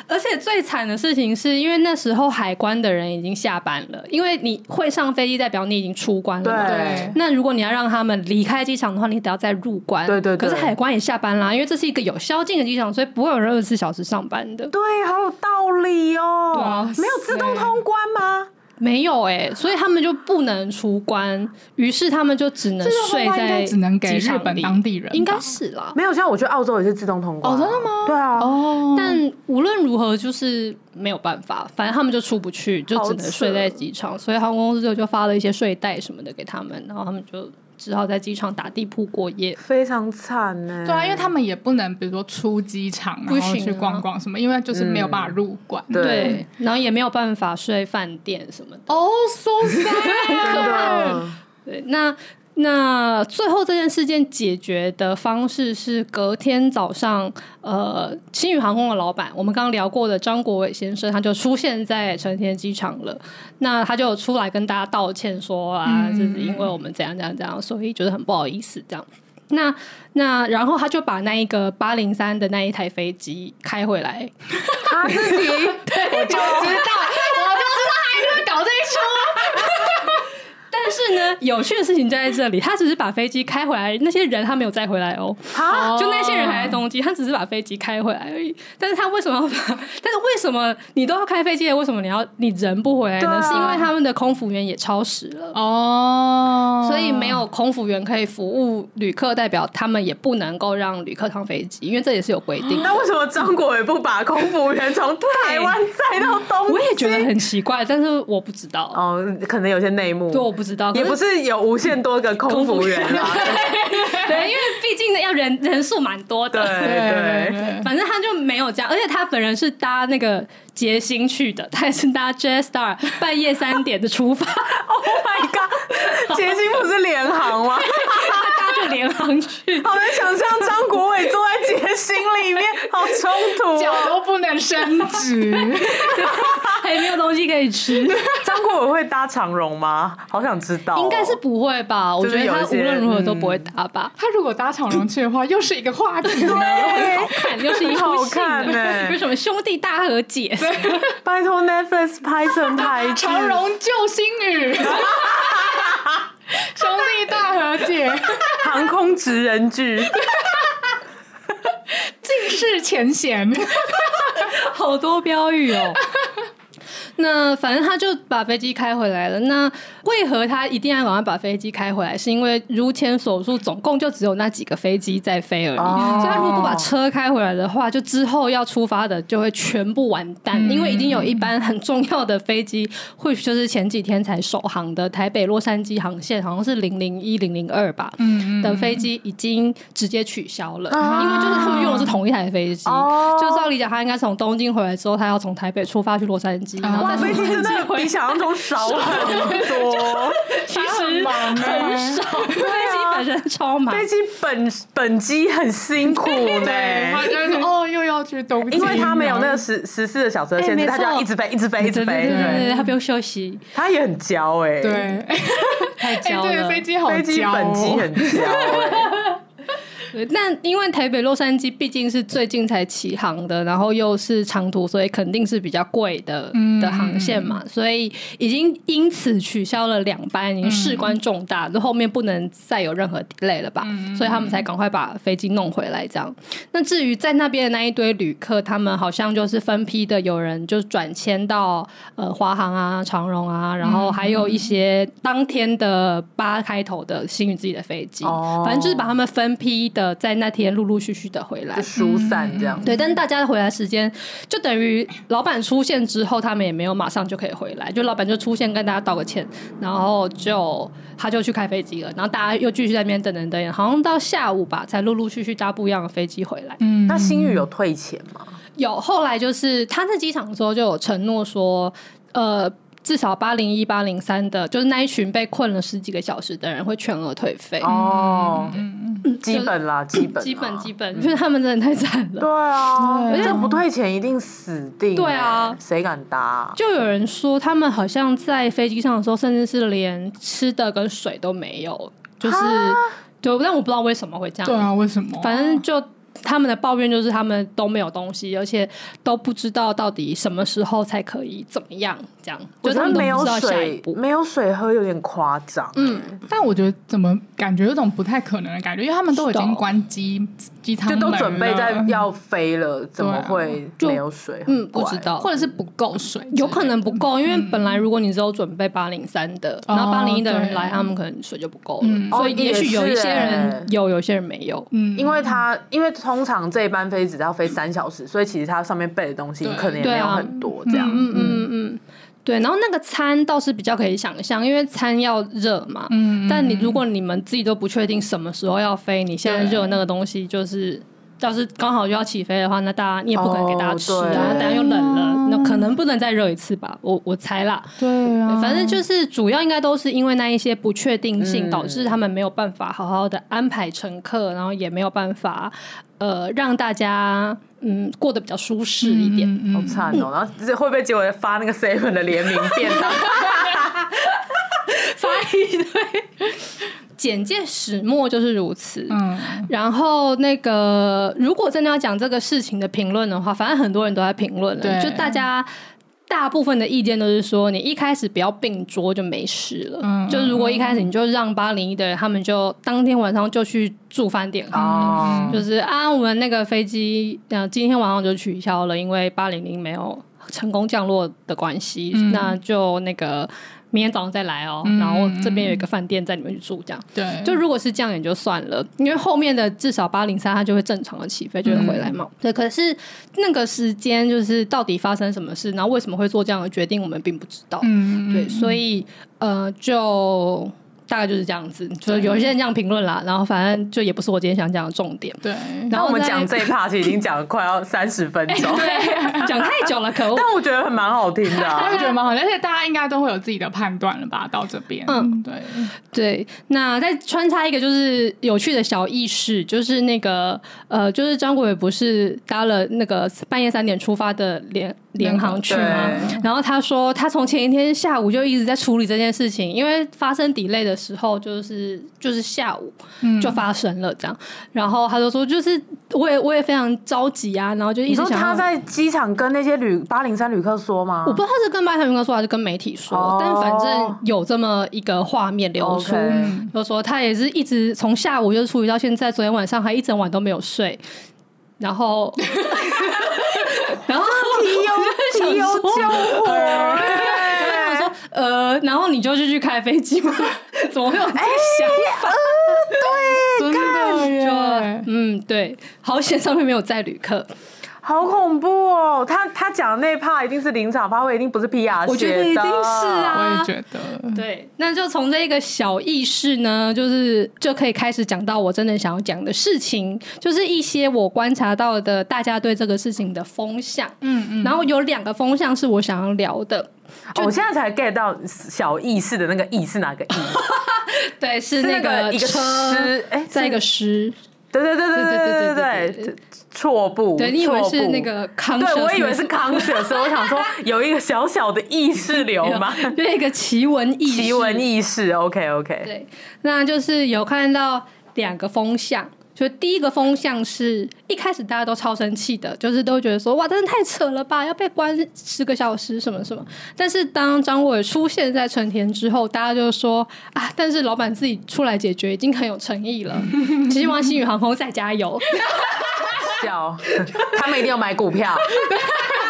F: 而且最惨的事情是因为那时候海关的人已经下班了，因为你会上飞机，代表你已经出关了嘛。
B: 对
F: 那如果你要让他们离开机场的话，你得要再入关。
B: 对对对
F: 可是海关也下班啦，因为这是一个有宵禁的机场，所以不会有人二十四小时上班的。
B: 对，好有道理
A: 哇
B: 哦。
A: 塞
B: 没有自动通关吗？
F: 没有哎、所以他们就不能出关，于是他们就只能
A: 这种
F: 睡
A: 方法应
F: 在
A: 该只能给
F: 机
A: 日
F: 场
A: 本
F: 里
A: 当地人吧，
F: 应该是啦。
B: 没有，像我去澳洲也是自动通关。
A: 哦真的吗
B: 对啊，
A: 哦，
F: 但无论如何，就是没有办法，反正他们就出不去，就只能睡在机场。所以航空公司就就发了一些睡袋什么的给他们，然后他们就只好在机场打地铺过夜。
B: 非常惨呢。
A: 对啊，因为他们也不能，比如说出机场
F: 不
A: 然后
F: 行啊
A: 去逛逛什么，因为就是没有办法入馆。
B: 对
F: 对，然后也没有办法睡饭店什么的。
A: 哦、s o sad，
B: 真的
F: 对，那那最后这件事件解决的方式是隔天早上，呃，新宇航空的老板，我们刚刚聊过的张国伟先生，他就出现在成田机场了。那他就有出来跟大家道歉说啊，
A: 嗯
F: 就是因为我们怎样怎样怎样，所以觉得很不好意思这样。那那然后他就把那一个八零三的那一台飞机开回来，
B: 他自己，我就知
A: 搞这一出，
F: 但是呢，有趣的事情就在这里，他只是把飞机开回来，那些人他没有载回来哦。
B: 啊
F: 就那些人还在东京，他只是把飞机开回来而已。但是他为什么要把？但是为什么你都要开飞机了？为什么你要你人不回来
B: 对
F: 呢？
B: 啊
F: 是因为他们的空服员也超时了。
B: 嗯
A: 哦
F: 所以没有空服员可以服务旅客，代表他们也不能够让旅客上飞机，因为这也是有规定的。
B: 那为什么张国伟不把空服员从台湾载到东京？
F: 我也觉得很奇怪，但是我不知道，
B: 哦，可能有些内幕
F: 对，，我不知道，
B: 也不
F: 可
B: 是有无限多个空服员啊啦。
F: 对，因为毕竟呢要人人数蛮多
B: 对
F: 的。
A: 对
B: 对，
A: 对
F: 反正他就没有这样，而且他本人是搭那个捷星去的，他也是搭 J Star 半夜三点的出发，
B: [laughs] Oh my god，杰星不是联航吗？ [laughs]
F: [laughs] 他搭着联航去。
B: 好难想象张国伟坐在杰星里面，好冲
A: [laughs] [laughs]
B: 突
A: 脚
B: 哦。
A: 都不能伸直，
F: 还没有东西可以吃，
B: 张国伟会搭长荣吗？好想知道哦，
F: 应该是不会吧？我
B: 就
F: 觉
B: 是
F: 得
B: 有
F: 他
B: 一些
F: 无论如何都不会搭吧。
A: [laughs] 他如果搭长荣去的话，又是一个话题呢。
B: 对
F: 好看，又是一出 [laughs]
B: 好
F: 戏
B: 看
F: 的，
B: 欸
F: 有什么兄弟大和解？
B: 拜托 Netflix 拍成台剧，
A: [laughs] 长荣救星雨，兄弟大和解，
B: 航空职人剧，
A: 尽释前嫌。
F: [laughs] 好多标语哦。那反正他就把飞机开回来了。那为何他一定要赶快把飞机开回来？是因为如前所述，总共就只有那几个飞机在飞而已。
B: 哦
F: 所以他如果把车开回来的话，就之后要出发的就会全部完蛋，因为已经有一班很重要的飞机，或许就是前几天才首航的台北洛杉矶航线，好像是零零一零零二吧，
A: 嗯
F: 的飞机已经直接取消了，因为就是他们用的是同一台飞机，
B: 哦
F: 就照理讲，他应该从东京回来之后，他要从台北出发去洛杉矶，然后
A: 哇
B: 哇，
F: 再从
B: 飞
F: 洛
B: 机真
F: 杉
B: 的
F: 矶回
B: 比想象中少很多。
F: 其实 [laughs] 很少，飞机本身超忙。
B: 飞机本本机很辛苦
A: 对，他
B: 呢，
A: 就是哦，又要去东京，
B: 哎 [laughs] 因为他没有那个十十四个小时的限
F: 哎没
B: 制，
F: 错
B: 他就要一直飞，一直飞，一直
F: 对对
B: 飞。
F: 对对
B: 对，
F: 对，他不用休息，
B: 他也很焦哎，
A: 对，
F: 太
A: 哎，
F: 焦
A: 对，
F: 了。
A: 飞机好
B: 飞机
A: 焦哦
B: 本机很焦哎。
F: 那因为台北洛杉矶毕竟是最近才起航的，然后又是长途，所以肯定是比较贵的
A: 嗯
F: 的航线嘛，所以已经因此取消了两班，已经事关重大，就后面不能再有任何 delay 了吧？
A: 嗯
F: 所以他们才赶快把飞机弄回来这样。那至于在那边的那一堆旅客，他们好像就是分批的，有人就转签到呃华航啊、长荣啊，然后还有一
A: 嗯
F: 些当天的八开头的星宇自己的飞机，
B: 哦
F: 反正就是把啊他们分批的在那天陆陆续续的 [laughs] 回来
B: 哎就。疏散这样。
F: 嗯对，但是大家回来时间就等于老板出现之后，他们也没有马上就可以回来，就老板就出现跟大家道个歉，然后就他就去开飞机了，然后大家又继续在那边等等等等，好像到下午吧，才陆陆续续搭不一样的飞机回来。
A: 嗯
B: 那星宇有退钱吗？
F: 有后来就是他在机场的时候就有承诺说，呃，至少八零一、八零三的，就是那一群被困了十几个小时的人会全额退费，
A: 嗯
B: 哦，啊
F: 就
B: 基
F: 是
B: 本啦，基本，
F: 嗯基本基。本，因为他们真的太惨了。
B: 对啊，
A: 对
B: 这不退钱一定死定欸。
F: 对啊
B: 谁敢搭啊？
F: 就有人说，他们好像在飞机上的时候，甚至是连吃的跟水都没有，就是
B: 啊
F: 对，但我不知道为什么会这样。
A: 对啊，为什么啊？
F: 反正就他们的抱怨就是他们都没有东西，而且都不知道到底什么时候才可以怎么样，这样
B: 我
F: 就
B: 觉
F: 他
B: 得
F: 们都
B: 没
F: 不
B: 有
F: 知道下一
B: 水
F: 步，。
B: 没有水喝有点夸张。嗯，
A: 但我觉得怎么感觉有种不太可能的感觉，因为他们都已
F: 是
A: 经
F: 哦
A: 关机机舱
B: 就
A: 门
B: 都准备在
A: 了
B: 要飞了，怎么会
F: 啊就
B: 没有水？
F: 嗯，
B: 很怪
F: 不知。道，
A: 或者是不够水，
F: 有可。能不够，因为本来如果你只有准备八零三的，
A: 哦
F: 然后八零一的人来，
A: 对
F: 他们可能水就不够
A: 嗯
F: 了，所以
B: 哦
F: 也许有一些
B: 也是欸
F: 人有，有些人没有。
A: 嗯，
B: 因为它，因为通常这一班飞只要飞三小时，所以其实它上面备的东西
A: 对
B: 可能也没有很多这样。
F: 啊嗯嗯嗯，对。然后那个餐倒是比较可以想象，因为餐要热嘛。
A: 嗯，
F: 但你如果你们自己都不确定什么时候要飞，你现在
A: 对
F: 热那个东西就是。要是刚好就要起飞的话，那大家你也不可能给大家吃
B: 哦
F: 啊，
B: 对
F: 然后等下又冷了，那可能不能再热一次吧，我我猜啦。
A: 对
B: 嗯
A: 啊，
F: 反正就是主要应该都是因为那一些不确定性，
B: 嗯
F: 导致他们没有办法好好的安排乘客，然后也没有办法呃让大家嗯过得比较舒适一点。
A: 嗯
B: 好惨哦！然后这会不会结果发那个 seven 的联名啊便
F: [laughs]
B: 当？
F: 简介始末就是如此。
A: 嗯
F: 然后那个，如果真的要讲这个事情的评论的话，反正很多人都在评论
A: 对
F: 了，就大家。大部分的意见都是说，你一开始不要并桌就没事了。
A: 嗯
F: 就如果一开始你就让八零一的人，他们就当天晚上就去住饭店好了
B: 哦，
F: 就是啊，我们那个飞机，呃，今天晚上就取消了，因为八零零没有成功降落的关系，
A: 嗯
F: 那就那个明天早上再来哦。
A: 嗯
F: 然后这边有一个饭店在你们去住，这样。
A: 对，嗯
F: 就如果是这样也就算了，因为后面的至少八零三它就会正常的起飞，就会回
A: 嗯
F: 来嘛。对，可是那个时间就是到底发生什么事，然后为什么会做这样的决定，我们并不知道。
A: 嗯
F: 对，所以呃，就大概就是这样子，就是有一些人这样评论啦，然后反正就也不是我今天想讲的重点。
A: 对，
F: 然
B: 那
F: 后
B: 我们
F: 再
B: 讲这一 part 其实已经讲了快要三十分钟， [laughs]
F: 对，讲太久了，可恶。
B: 但我觉得很蛮好听的啊。
F: [laughs]
A: 我也觉得蛮好，而且大家应该都会有自己的判断了吧？到这边，
F: 嗯，
A: 对，
F: 对，那再穿插一个就是有趣的小轶事，就是那个呃，就是张国伟不是搭了那个半夜三点出发的联联航去吗？然后他说，他从前一天下午就一直在处理这件事情，因为发生 delay 的时候，就是就是下午
B: 嗯
F: 就发生了这样。然后他就说，就是我也我也非常着急啊，然后就
B: 你
F: 一直
B: 说
F: 想
B: 他
F: 要
B: 在机场跟那些旅八零三旅客说吗？
F: 我不知道他是跟麦克云哥说还是跟媒体说，
B: 哦
F: 但反正有这么一个画面流出
B: OK
F: 就说嗯他也是一直从下午就是处理到现在，昨天晚上还一整晚都没有睡，然 [laughs] 后，然后
B: 提油提油救
F: [laughs]
B: 火
F: 我想
B: 欸！
F: 说呃，然后你就去去开飞机吗？怎么会有这个想法？
A: 真的耶，
F: 嗯，对，好险上面没有载旅客，
B: 好恐怖哦！他他讲的那一 part 一定是临场发挥，一定不是 PR
F: 我觉
B: 写的
F: 得一定是啊
A: 我也觉
B: 嗯
A: 得，
F: 对，那就从这一个小意识呢，就是就可以开始讲到我真的想要讲的事情，就是一些我观察到的大家对这个事情的风向。
A: 嗯嗯，
F: 然后有两个风向是我想要聊的，
B: 哦我现在才 get 到小意识的那个意是哪个意？
F: 对，是
B: 是那
F: 个
B: 一个
F: 车，
B: 诗，哎，
F: 再一个
B: 是
F: 诗，
B: 对对对对对对对
F: 对对
B: 对，错步，
F: 对你以为
B: 错
F: 是
B: 步
F: 那个康？
B: 对，我以为是 conscious，我想说有一个小小的意识流
F: [laughs]
B: 嘛，
F: 就是一个奇闻异事
B: 奇闻异事。OK OK，
F: 对，那就是有看到两个风向，就第一个风向是一开始大家都超生气的，就是都觉得说哇，真的太扯了吧，要被关十个小时什么什么。但是当张伟出现在成田之后，大家就说啊，但是老板自己出来解决已经很有诚
A: [laughs]
F: 意了，希望星宇航空再加油。
B: 笑，他们一定有买股票，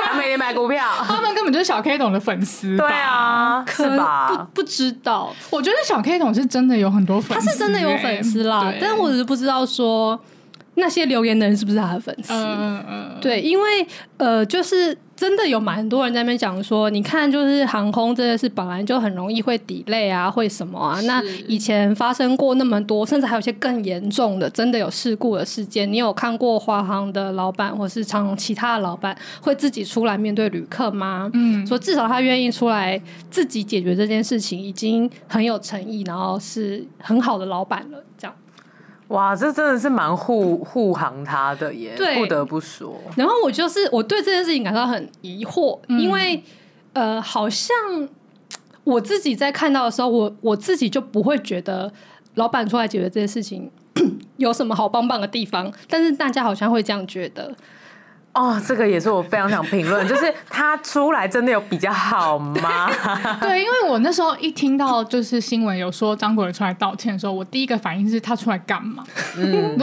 B: 他们一定买股票，
A: 他们根本就是小 K 董的粉丝。
B: 对，啊，是
F: 可能
B: 吧？
F: 不不知道，
A: 我觉得小 K 董是真的有很多粉
F: 他
A: 丝、
F: 是真的有粉丝啦
A: 哎，
F: 但我只是不知道说那些留言的人是不是他的粉丝。
A: 嗯嗯嗯，
F: 对，因为呃，就是真的有蛮多人在那边讲说，你看，就是航空真的是本来就很容易会 delay 啊，会什么啊。那以前发生过那么多，甚至还有一些更严重的，真的有事故的事件。你有看过华航的老板或是长荣其他的老板会自己出来面对旅客吗？
A: 嗯
F: 说至少他愿意出来自己解决这件事情，已经很有诚意，然后是很好的老板了，这样。
B: 哇，这真的是蛮护护航他的耶，
F: 对
B: 不得不说。
F: 然后我就是我对这件事情感到很疑惑，因为呃，好像我自己在看到的时候，我我自己就不会觉得老板出来解决这件事情 [coughs] 有什么好棒棒的地方，但是大家好像会这样觉得。
B: 哦，这个也是我非常想评论，就是他出来真的有比较好吗？ [laughs]
A: 对，因为我那时候一听到就是新闻有说张国荣出来道歉的时候，我第一个反应是他出来干嘛？
B: 嗯，
A: [laughs]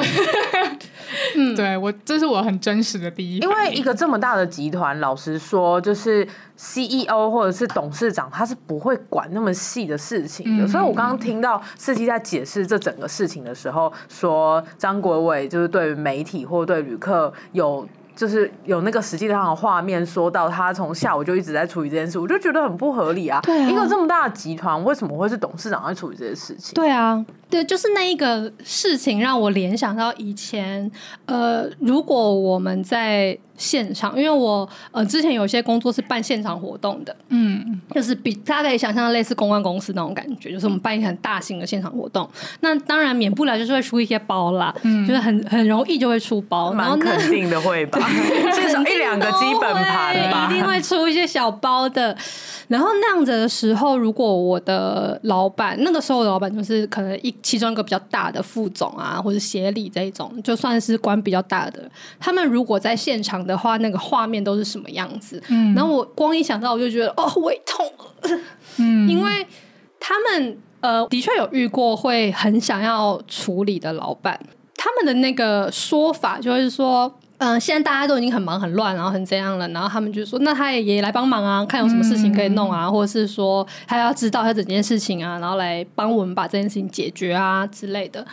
A: 嗯，对我这是我很真实的第一
B: 因
A: 反
B: 为
A: 应，
B: 一个这么大的集团，老实说，就是 CEO 或者是董事长，他是不会管那么细的事情的。
A: 嗯
B: 所以我刚刚听到司机在解释这整个事情的时候，说张国伟就是对于媒体或对旅客有。就是有那个实际上的画面，说到他从下午就一直在处理这件事，我就觉得很不合理啊！
F: 对啊
B: 一个这么大的集团，为什么会是董事长在处理这些事情？
F: 对啊，对，就是那一个事情让我联想到以前，呃，如果我们在现场，因为我呃之前有些工作是办现场活动的，
A: 嗯
F: 就是比大家可以想象类似公关公司那种感觉，就是我们办一个很大型的现场活动，那当然免不了就是会出一些包啦，就是很很容易就会出包，啊然后
B: 蛮
F: 那
B: 肯
F: [laughs]
B: 定的会吧，至少一两个基本盘吧
F: 啊一。定会出一些小包的。然后那样子的时候，如果我的老板那个时候的老板就是可能一其中一个比较大的副总啊，或者协理这一种，就算是官比较大的，他们如果在现场的话，那个画面都是什么样子？
A: 嗯
F: 然后我光一想到我就觉得哦，胃痛了。
A: 嗯，
F: 因为他们呃的确有遇过会很想要处理的老板，他们的那个说法就会是说。嗯，现在大家都已经很忙很乱，然后很怎样了，然后他们就说，那他也也来帮忙啊，看有什么事情可以弄啊，或者是说他要知道他整件事情啊，然后来帮我们把这件事情解决啊之类的。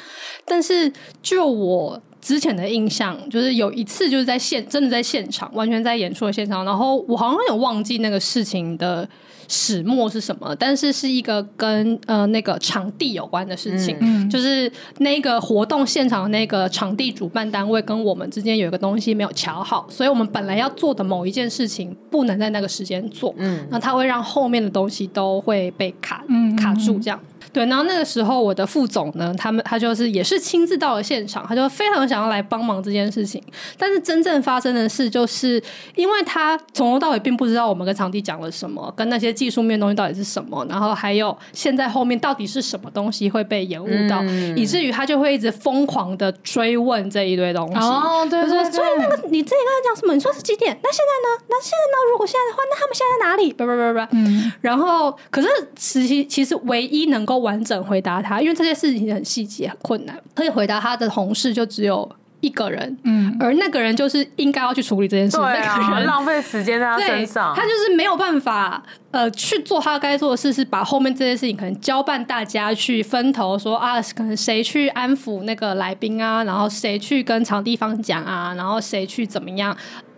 F: 但是就我之前的印象，就是有一次就是在现真的在现场，完全在演出的现场，然后我好像有忘记那个事情的始末是什么，但是是一个跟呃那个场地有关的事情，
A: 嗯嗯
F: 就是那个活动现场的那个场地主办单位跟我们之间有一个东西没有瞧好，所以我们本来要做的某一件事情不能在那个时间做，
B: 嗯，
F: 那它会让后面的东西都会被卡
A: 嗯嗯
F: 卡住这样。对，然后那个时候我的副总呢，他们他就是也是亲自到了现场，他就非常想要来帮忙这件事情。但是真正发生的事，就是因为他从头到尾并不知道我们跟场地讲了什么，跟那些技术面的东西到底是什么，然后还有现在后面到底是什么东西会被延误到，
B: 嗯
F: 以至于他就会一直疯狂的追问这一堆东西。
A: 哦，对
F: 他
A: 对
F: 说：“
A: 对，
F: 所以那个你自己刚才讲什么？你说是几点？那现在呢？那现在呢？如果现在的话，那他们现在在哪里？不不不不。
A: 嗯
F: 然后，可是实习其实唯一能够完整回答他，因为这些事情很细节很困难，可以回答他的同事就只有一个人，
A: 嗯，
F: 而那个人就是应该要去处理这件事，
B: 对
F: 那个
B: 啊，
F: 人
B: 浪费时间在他
F: 对，
B: 身上
F: 他。就是没有办法呃去做他该做的事，是把后面这些事情可能交办大家去分头说啊，可能谁去安抚那个来宾啊，然后谁去跟场地方讲啊，然后谁去怎么样。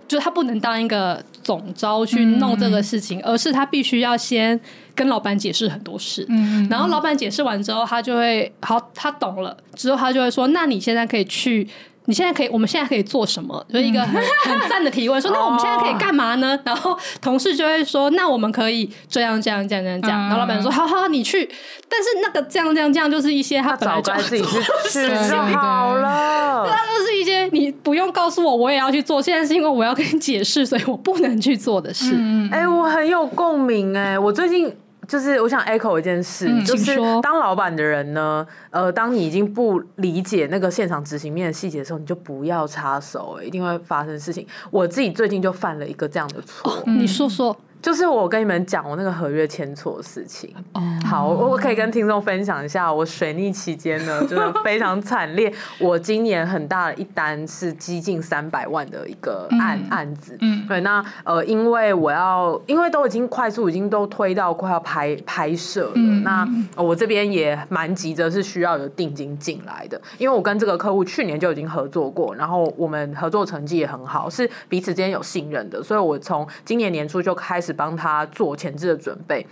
F: 就是他不能当一个总招去弄这个事情，而是他必须要先跟老板解释很多事，
A: 嗯
F: 然后老板解释完之后，他就会好，他懂了之后，他就会说：“那你现在可以去，你现在可以，我们现在可以做什么？”就是一个
B: 嗯
F: 很很赞的提问，说：“那我们现在可以
B: 哦
F: 干嘛呢？”然后同事就会说：“那我们可以这样这样这样这样这样。”然后老板
B: 嗯
F: 说：“好好，你去。”但是那个这样这样这样就是一些他
B: 他
F: 本来
B: 早
F: 就
B: 该
F: [laughs]
B: 自己去去
A: 对
B: 就好了。
F: 它就是一些你不用告诉我，我也要去做。现在是因为我要跟你解释，所以我不能去做的事。
A: 嗯
B: 哎、我很有共鸣哎、我最近。就是我想 echo 一件事，
A: 嗯
B: 就
F: 请
B: 是
F: 说
B: 当老板的人呢，呃，当你已经不理解那个现场执行面的细节的时候，你就不要插手、哎一定会发生事情。我自己最近就犯了一个这样的错，
F: 你说说，
B: 就是我跟你们讲我那个合约签错的事情。哦，好，我我可以跟听众分享一下，我水逆期间呢，真的非常惨烈。我今年很大的一单是接近三百万的一个案、案子。
A: 嗯
B: 对，那呃，因为我要，因为都已经快速已经都推到快要拍拍摄了，
A: 嗯
B: 那呃我这边也蛮急着是需要有定金进来的，因为我跟这个客户去年就已经合作过，然后我们合作成绩也很好，是彼此之间有信任的，所以我从今年年初就开始帮他做前置的准备。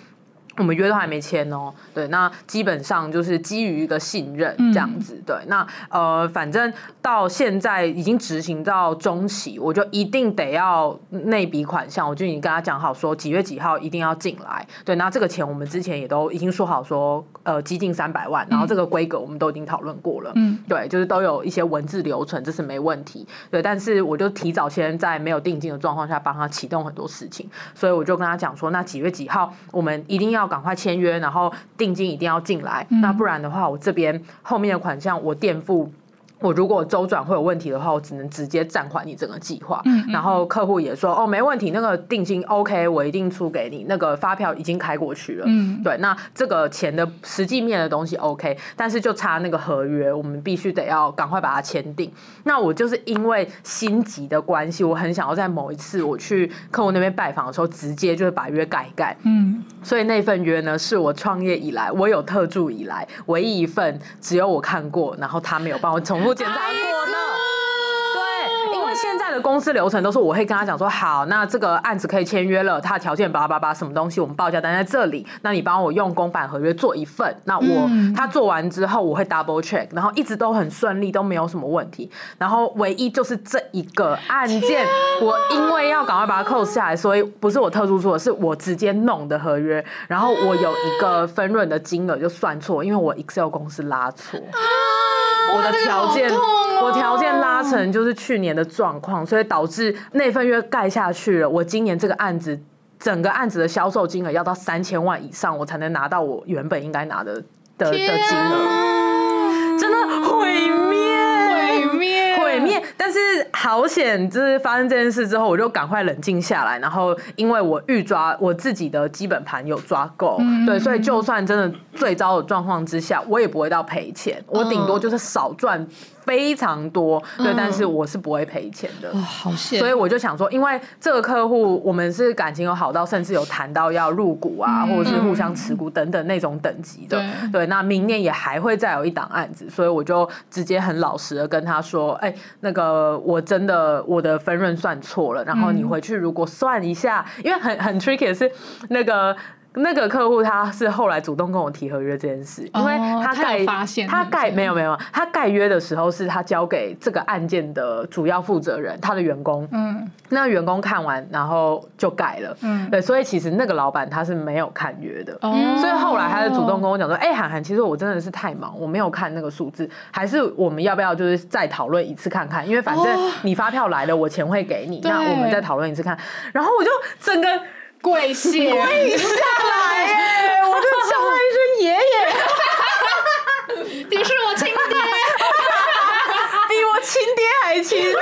B: 我们约都还没签哦，对，那基本上就是基于一个信任这样子，对，那呃，反正到现在已经执行到中期，我就一定得要内笔款项，我就已经跟他讲好说几月几号一定要进来，对，那这个钱我们之前也都已经说好说，呃，激进三百万，然后这个规格我们都已经讨论过了，
A: 嗯，
B: 对，就是都有一些文字留存，这是没问题，对，但是我就提早先在没有定金的状况下帮他启动很多事情，所以我就跟他讲说，那几月几号我们一定要赶快签约，然后定金一定要进来，那不然的话，我这边后面的款项我垫付。我如果周转会有问题的话，我只能直接暂缓你整个计划。然后客户也说，哦，没问题，那个定金 OK，我一定出给你，那个发票已经开过去了。
A: 嗯
B: 对，那这个钱的实际面的东西 OK，但是就差那个合约，我们必须得要赶快把它签订。那我就是因为心急的关系，我很想要在某一次我去客户那边拜访的时候，直接就是把约改一改。
A: 嗯，
B: 所以那份约呢，是我创业以来，我有特助以来唯一一份只有我看过，然后他没有帮我重复检查过的。对，因为现在的公司流程都是我会跟他讲说，好，那这个案子可以签约了，它的条件叭叭叭，什么东西我们报价单在这里，那你帮我用公版合约做一份，那我、他做完之后我会 double check，然后一直都很顺利，都没有什么问题。然后唯一就是这一个案件，我因为要赶快把它扣下来，所以不是我特殊做的，是我直接弄的合约。然后我有一个分润的金额就算错，因为我 Excel 公司拉错。啊我的条件，我条件拉成就是去年的状况，所以导致那份约盖下去了。我今年这个案子，整个案子的销售金额要到三千万以上，我才能拿到我原本应该拿的的的金额，
F: 啊
B: 真的啊毁灭，
A: 毁灭，
B: 毁灭。但是好险，就是发生这件事之后，我就赶快冷静下来。然后，因为我预抓我自己的基本盘有抓够，对，所以就算真的最糟的状况之下，我也不会到赔钱，我顶多就是少赚非常多，对，但是我是不会赔钱的。
E: 好险
B: 所以我就想说，因为这个客户我们是感情有好到，甚至有谈到要入股啊，或者是互相持股等等那种等级的。
A: 对
B: 对，那明年也还会再有一档案子，所以我就直接很老实的跟他说，哎、那个我真的我的分润算错了，然后你回去如果算一下，因为很很 tricky 的是那个。那个客户他是后来主动跟我提合约这件事，因为
A: 哦
B: 他
A: 他
B: 盖
A: 有发现
B: 他
A: 是不
B: 盖
A: 是
B: 没有没有，他盖约的时候是他交给这个案件的主要负责人，他的员工，
A: 嗯，
B: 那员工看完然后就改了，
A: 嗯
B: 对，所以其实那个老板他是没有看约的，
A: 哦
B: 所以后来他就主动跟我讲说，哎、涵涵，其实我真的是太忙，我没有看那个数字，还是我们要不要就是再讨论一次看看？因为反正你发票来了，我钱会给你，
A: 哦对
B: 那我们再讨论一次看。然后我就整个
A: 跪谢，
B: 哎耶，我就叫他一声爷爷，
A: 你是我亲爹，
B: 比我亲爹还亲。 [laughs]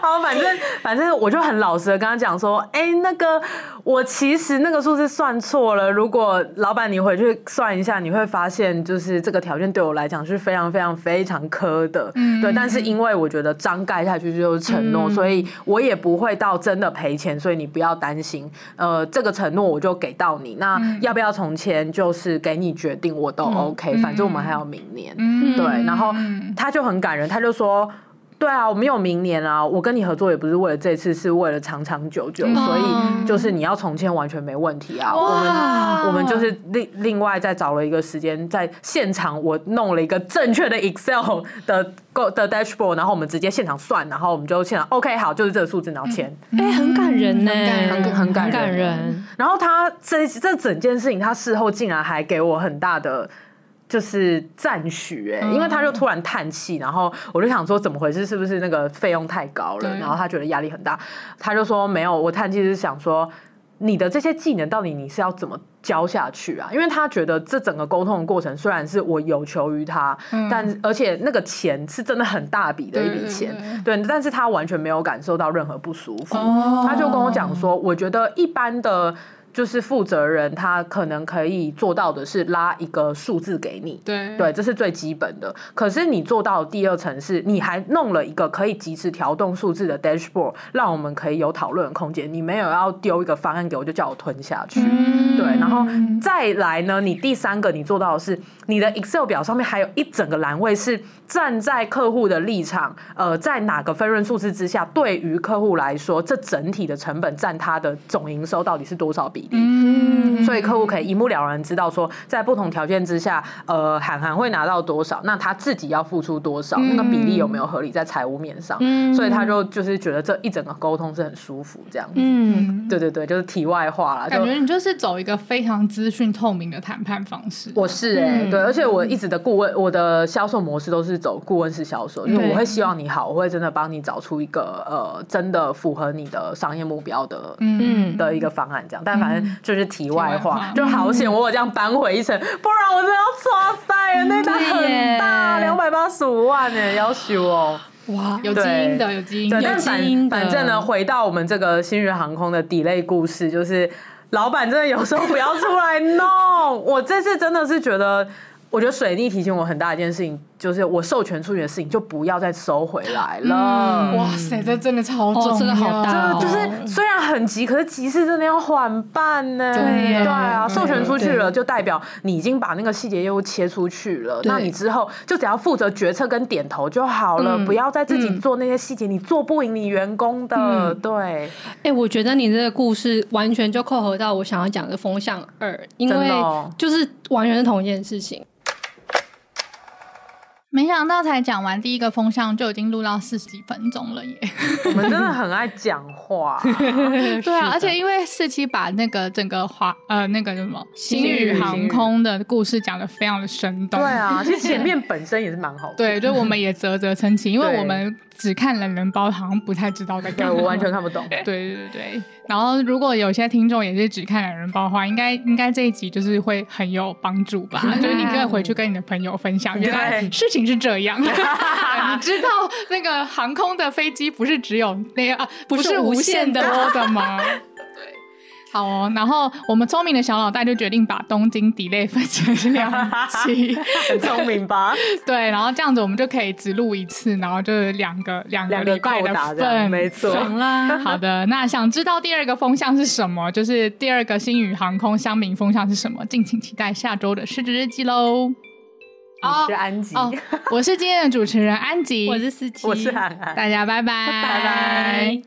B: 好，反正反正我就很老实的跟他讲说，哎、那个我其实那个数字算错了。如果老板你回去算一下，你会发现就是这个条件对我来讲是非常非常非常苛的，对。但是因为我觉得章盖下去就是承诺，所以我也不会到真的赔钱，所以你不要担心。呃，这个承诺我就给到你，那要不要从签就是给你决定，我都 OK、反正我们还有明年，对。然后他就很感人，他就说。对啊，我们有明年啊！我跟你合作也不是为了这次，是为了长长久久，所以就是你要重签完全没问题啊。我们我们就是另另外再找了一个时间，在现场我弄了一个正确的 Excel 的的 dashboard，然后我们直接现场算，然后我们就现场 OK 好，就是这个数字，然后签。
F: 哎，很感人
A: 很
F: 呢，
A: 感人
B: 嗯很感人
F: 感人，
B: 然后他这这整件事情，他事后竟然还给我很大的。就是赞许哎，因为他就突然叹气，然后我就想说怎么回事，是不是那个费用太高了？
A: 对
B: 然后他觉得压力很大，他就说没有，我叹气是想说你的这些技能到底你是要怎么教下去啊？因为他觉得这整个沟通的过程虽然是我有求于他，但而且那个钱是真的很大笔的一笔钱，对，但是他完全没有感受到任何不舒
A: 哦
B: 服，他就跟我讲说，我觉得一般的。就是负责人，他可能可以做到的是拉一个数字给你，
A: 对
B: 对，这是最基本的。可是你做到第二层是，你还弄了一个可以及时调动数字的 dashboard，让我们可以有讨论的空间。你没有要丢一个方案给我，就叫我吞下去。对，
A: 嗯
B: 然后再来呢，你第三个你做到的是，你的 Excel 表上面还有一整个栏位是站在客户的立场，呃，在哪个分润数字之下，对于客户来说，这整体的成本占他的总营收到底是多少比例？
A: 嗯
B: 所以客户可以一目了然知道说，在不同条件之下，呃，韩寒会拿到多少，那他自己要付出多少，
A: 嗯
B: 那个比例有没有合理在财务面上？
F: 嗯
B: 所以他就就是觉得这一整个沟通是很舒服这样子。
F: 嗯，
B: 对对对，就是题外话啦，就
A: 感觉你就是走一个非常资讯透明的谈判方式。
B: 我是哎、对，而且我一直的顾问，我的销售模式都是走顾问式销售，就是我会希望你好，我会真的帮你找出一个呃，真的符合你的商业目标的。
A: 嗯，
B: 的一个方案，这样，但反正就是题外话，
A: 题外话
B: 就好险我有这样扳回一城，不然我真的要抓塞了，那单很大，两百八十五万呢、要修哦。
F: 哇，
A: 有基因的，有基因
B: 对，
A: 的
B: 但。
F: 基因
B: 反
F: 的
B: 反正呢，回到我们这个星宇航空的 delay 故事，就是老板真的有时候不要出来弄。我这次真的是觉得，我觉得水逆提醒我很大一件事情，就是我授权出去的事情就不要再收回来了。
A: 哇塞，这真的超重要，
F: 哦真的好大哦
B: 就
F: 真的
B: 是虽然很急，可是急事真的要缓办呢。
A: 对耶
B: 啊，
A: 对
B: 授权出去了，就代表你已经把那个细节业务切出去了。那你之后就只要负责决策跟点头就好了，
A: 嗯
B: 不要再自己做那些细节，你做不赢你员工的。
A: 嗯
B: 对，
F: 哎、我觉得你这个故事完全就扣合到我想要讲的风向二，因
B: 真
F: 为
B: 的哦
F: 就是完全是同一件事情。
A: 没想到才讲完第一个风向就已经录到四十几分钟了耶！
B: 我们真的很爱讲
A: [laughs]
B: 话。
A: 对啊，而且因为四期把那个整个华呃那个叫什么
F: 星
A: 星
F: 宇
A: 宇航空的故事讲得非常的生动，
B: 对啊，其实前面本身也是蛮好的。
A: 对，就我们也啧啧称奇，因为
B: 对
A: 我们只看懒人包，好像不太知道在
B: 对，
A: 干嘛。
B: 我完全看不懂。
A: [laughs] 对对对对。然后，如果有些听众也是只看懒人包的话，应该应该这一集就是会很有帮助 [laughs] 吧？就是你可以回去跟你的朋友分享，原来
B: 对
A: 事情是这 [laughs] 样。你知道那个航空的飞机不是只有那样，啊不
F: 是
A: 是无
F: 无
A: 限
F: 限
A: 的 order 吗？ [laughs] 对，好哦，然后我们聪明的小脑袋就决定把东京 delay 分成两期，
B: 很聪明吧？
A: 对，然后这样子我们就可以只录一次，然后就是两个两个
B: 两个
A: 礼拜
B: 扣
A: 的
B: 打这样
A: 份，
B: 没错
A: 爽啦。 [laughs] 好的，那想知道第二个风向是什么，就是第二个星宇航空乡民风向是什么，敬请期待下周的失职日记喽。
B: 我是安吉，
A: 哦，我是今天的主持人安吉，
F: 我是司机，
B: 我是韩寒。
A: 大家拜拜，拜
F: 拜。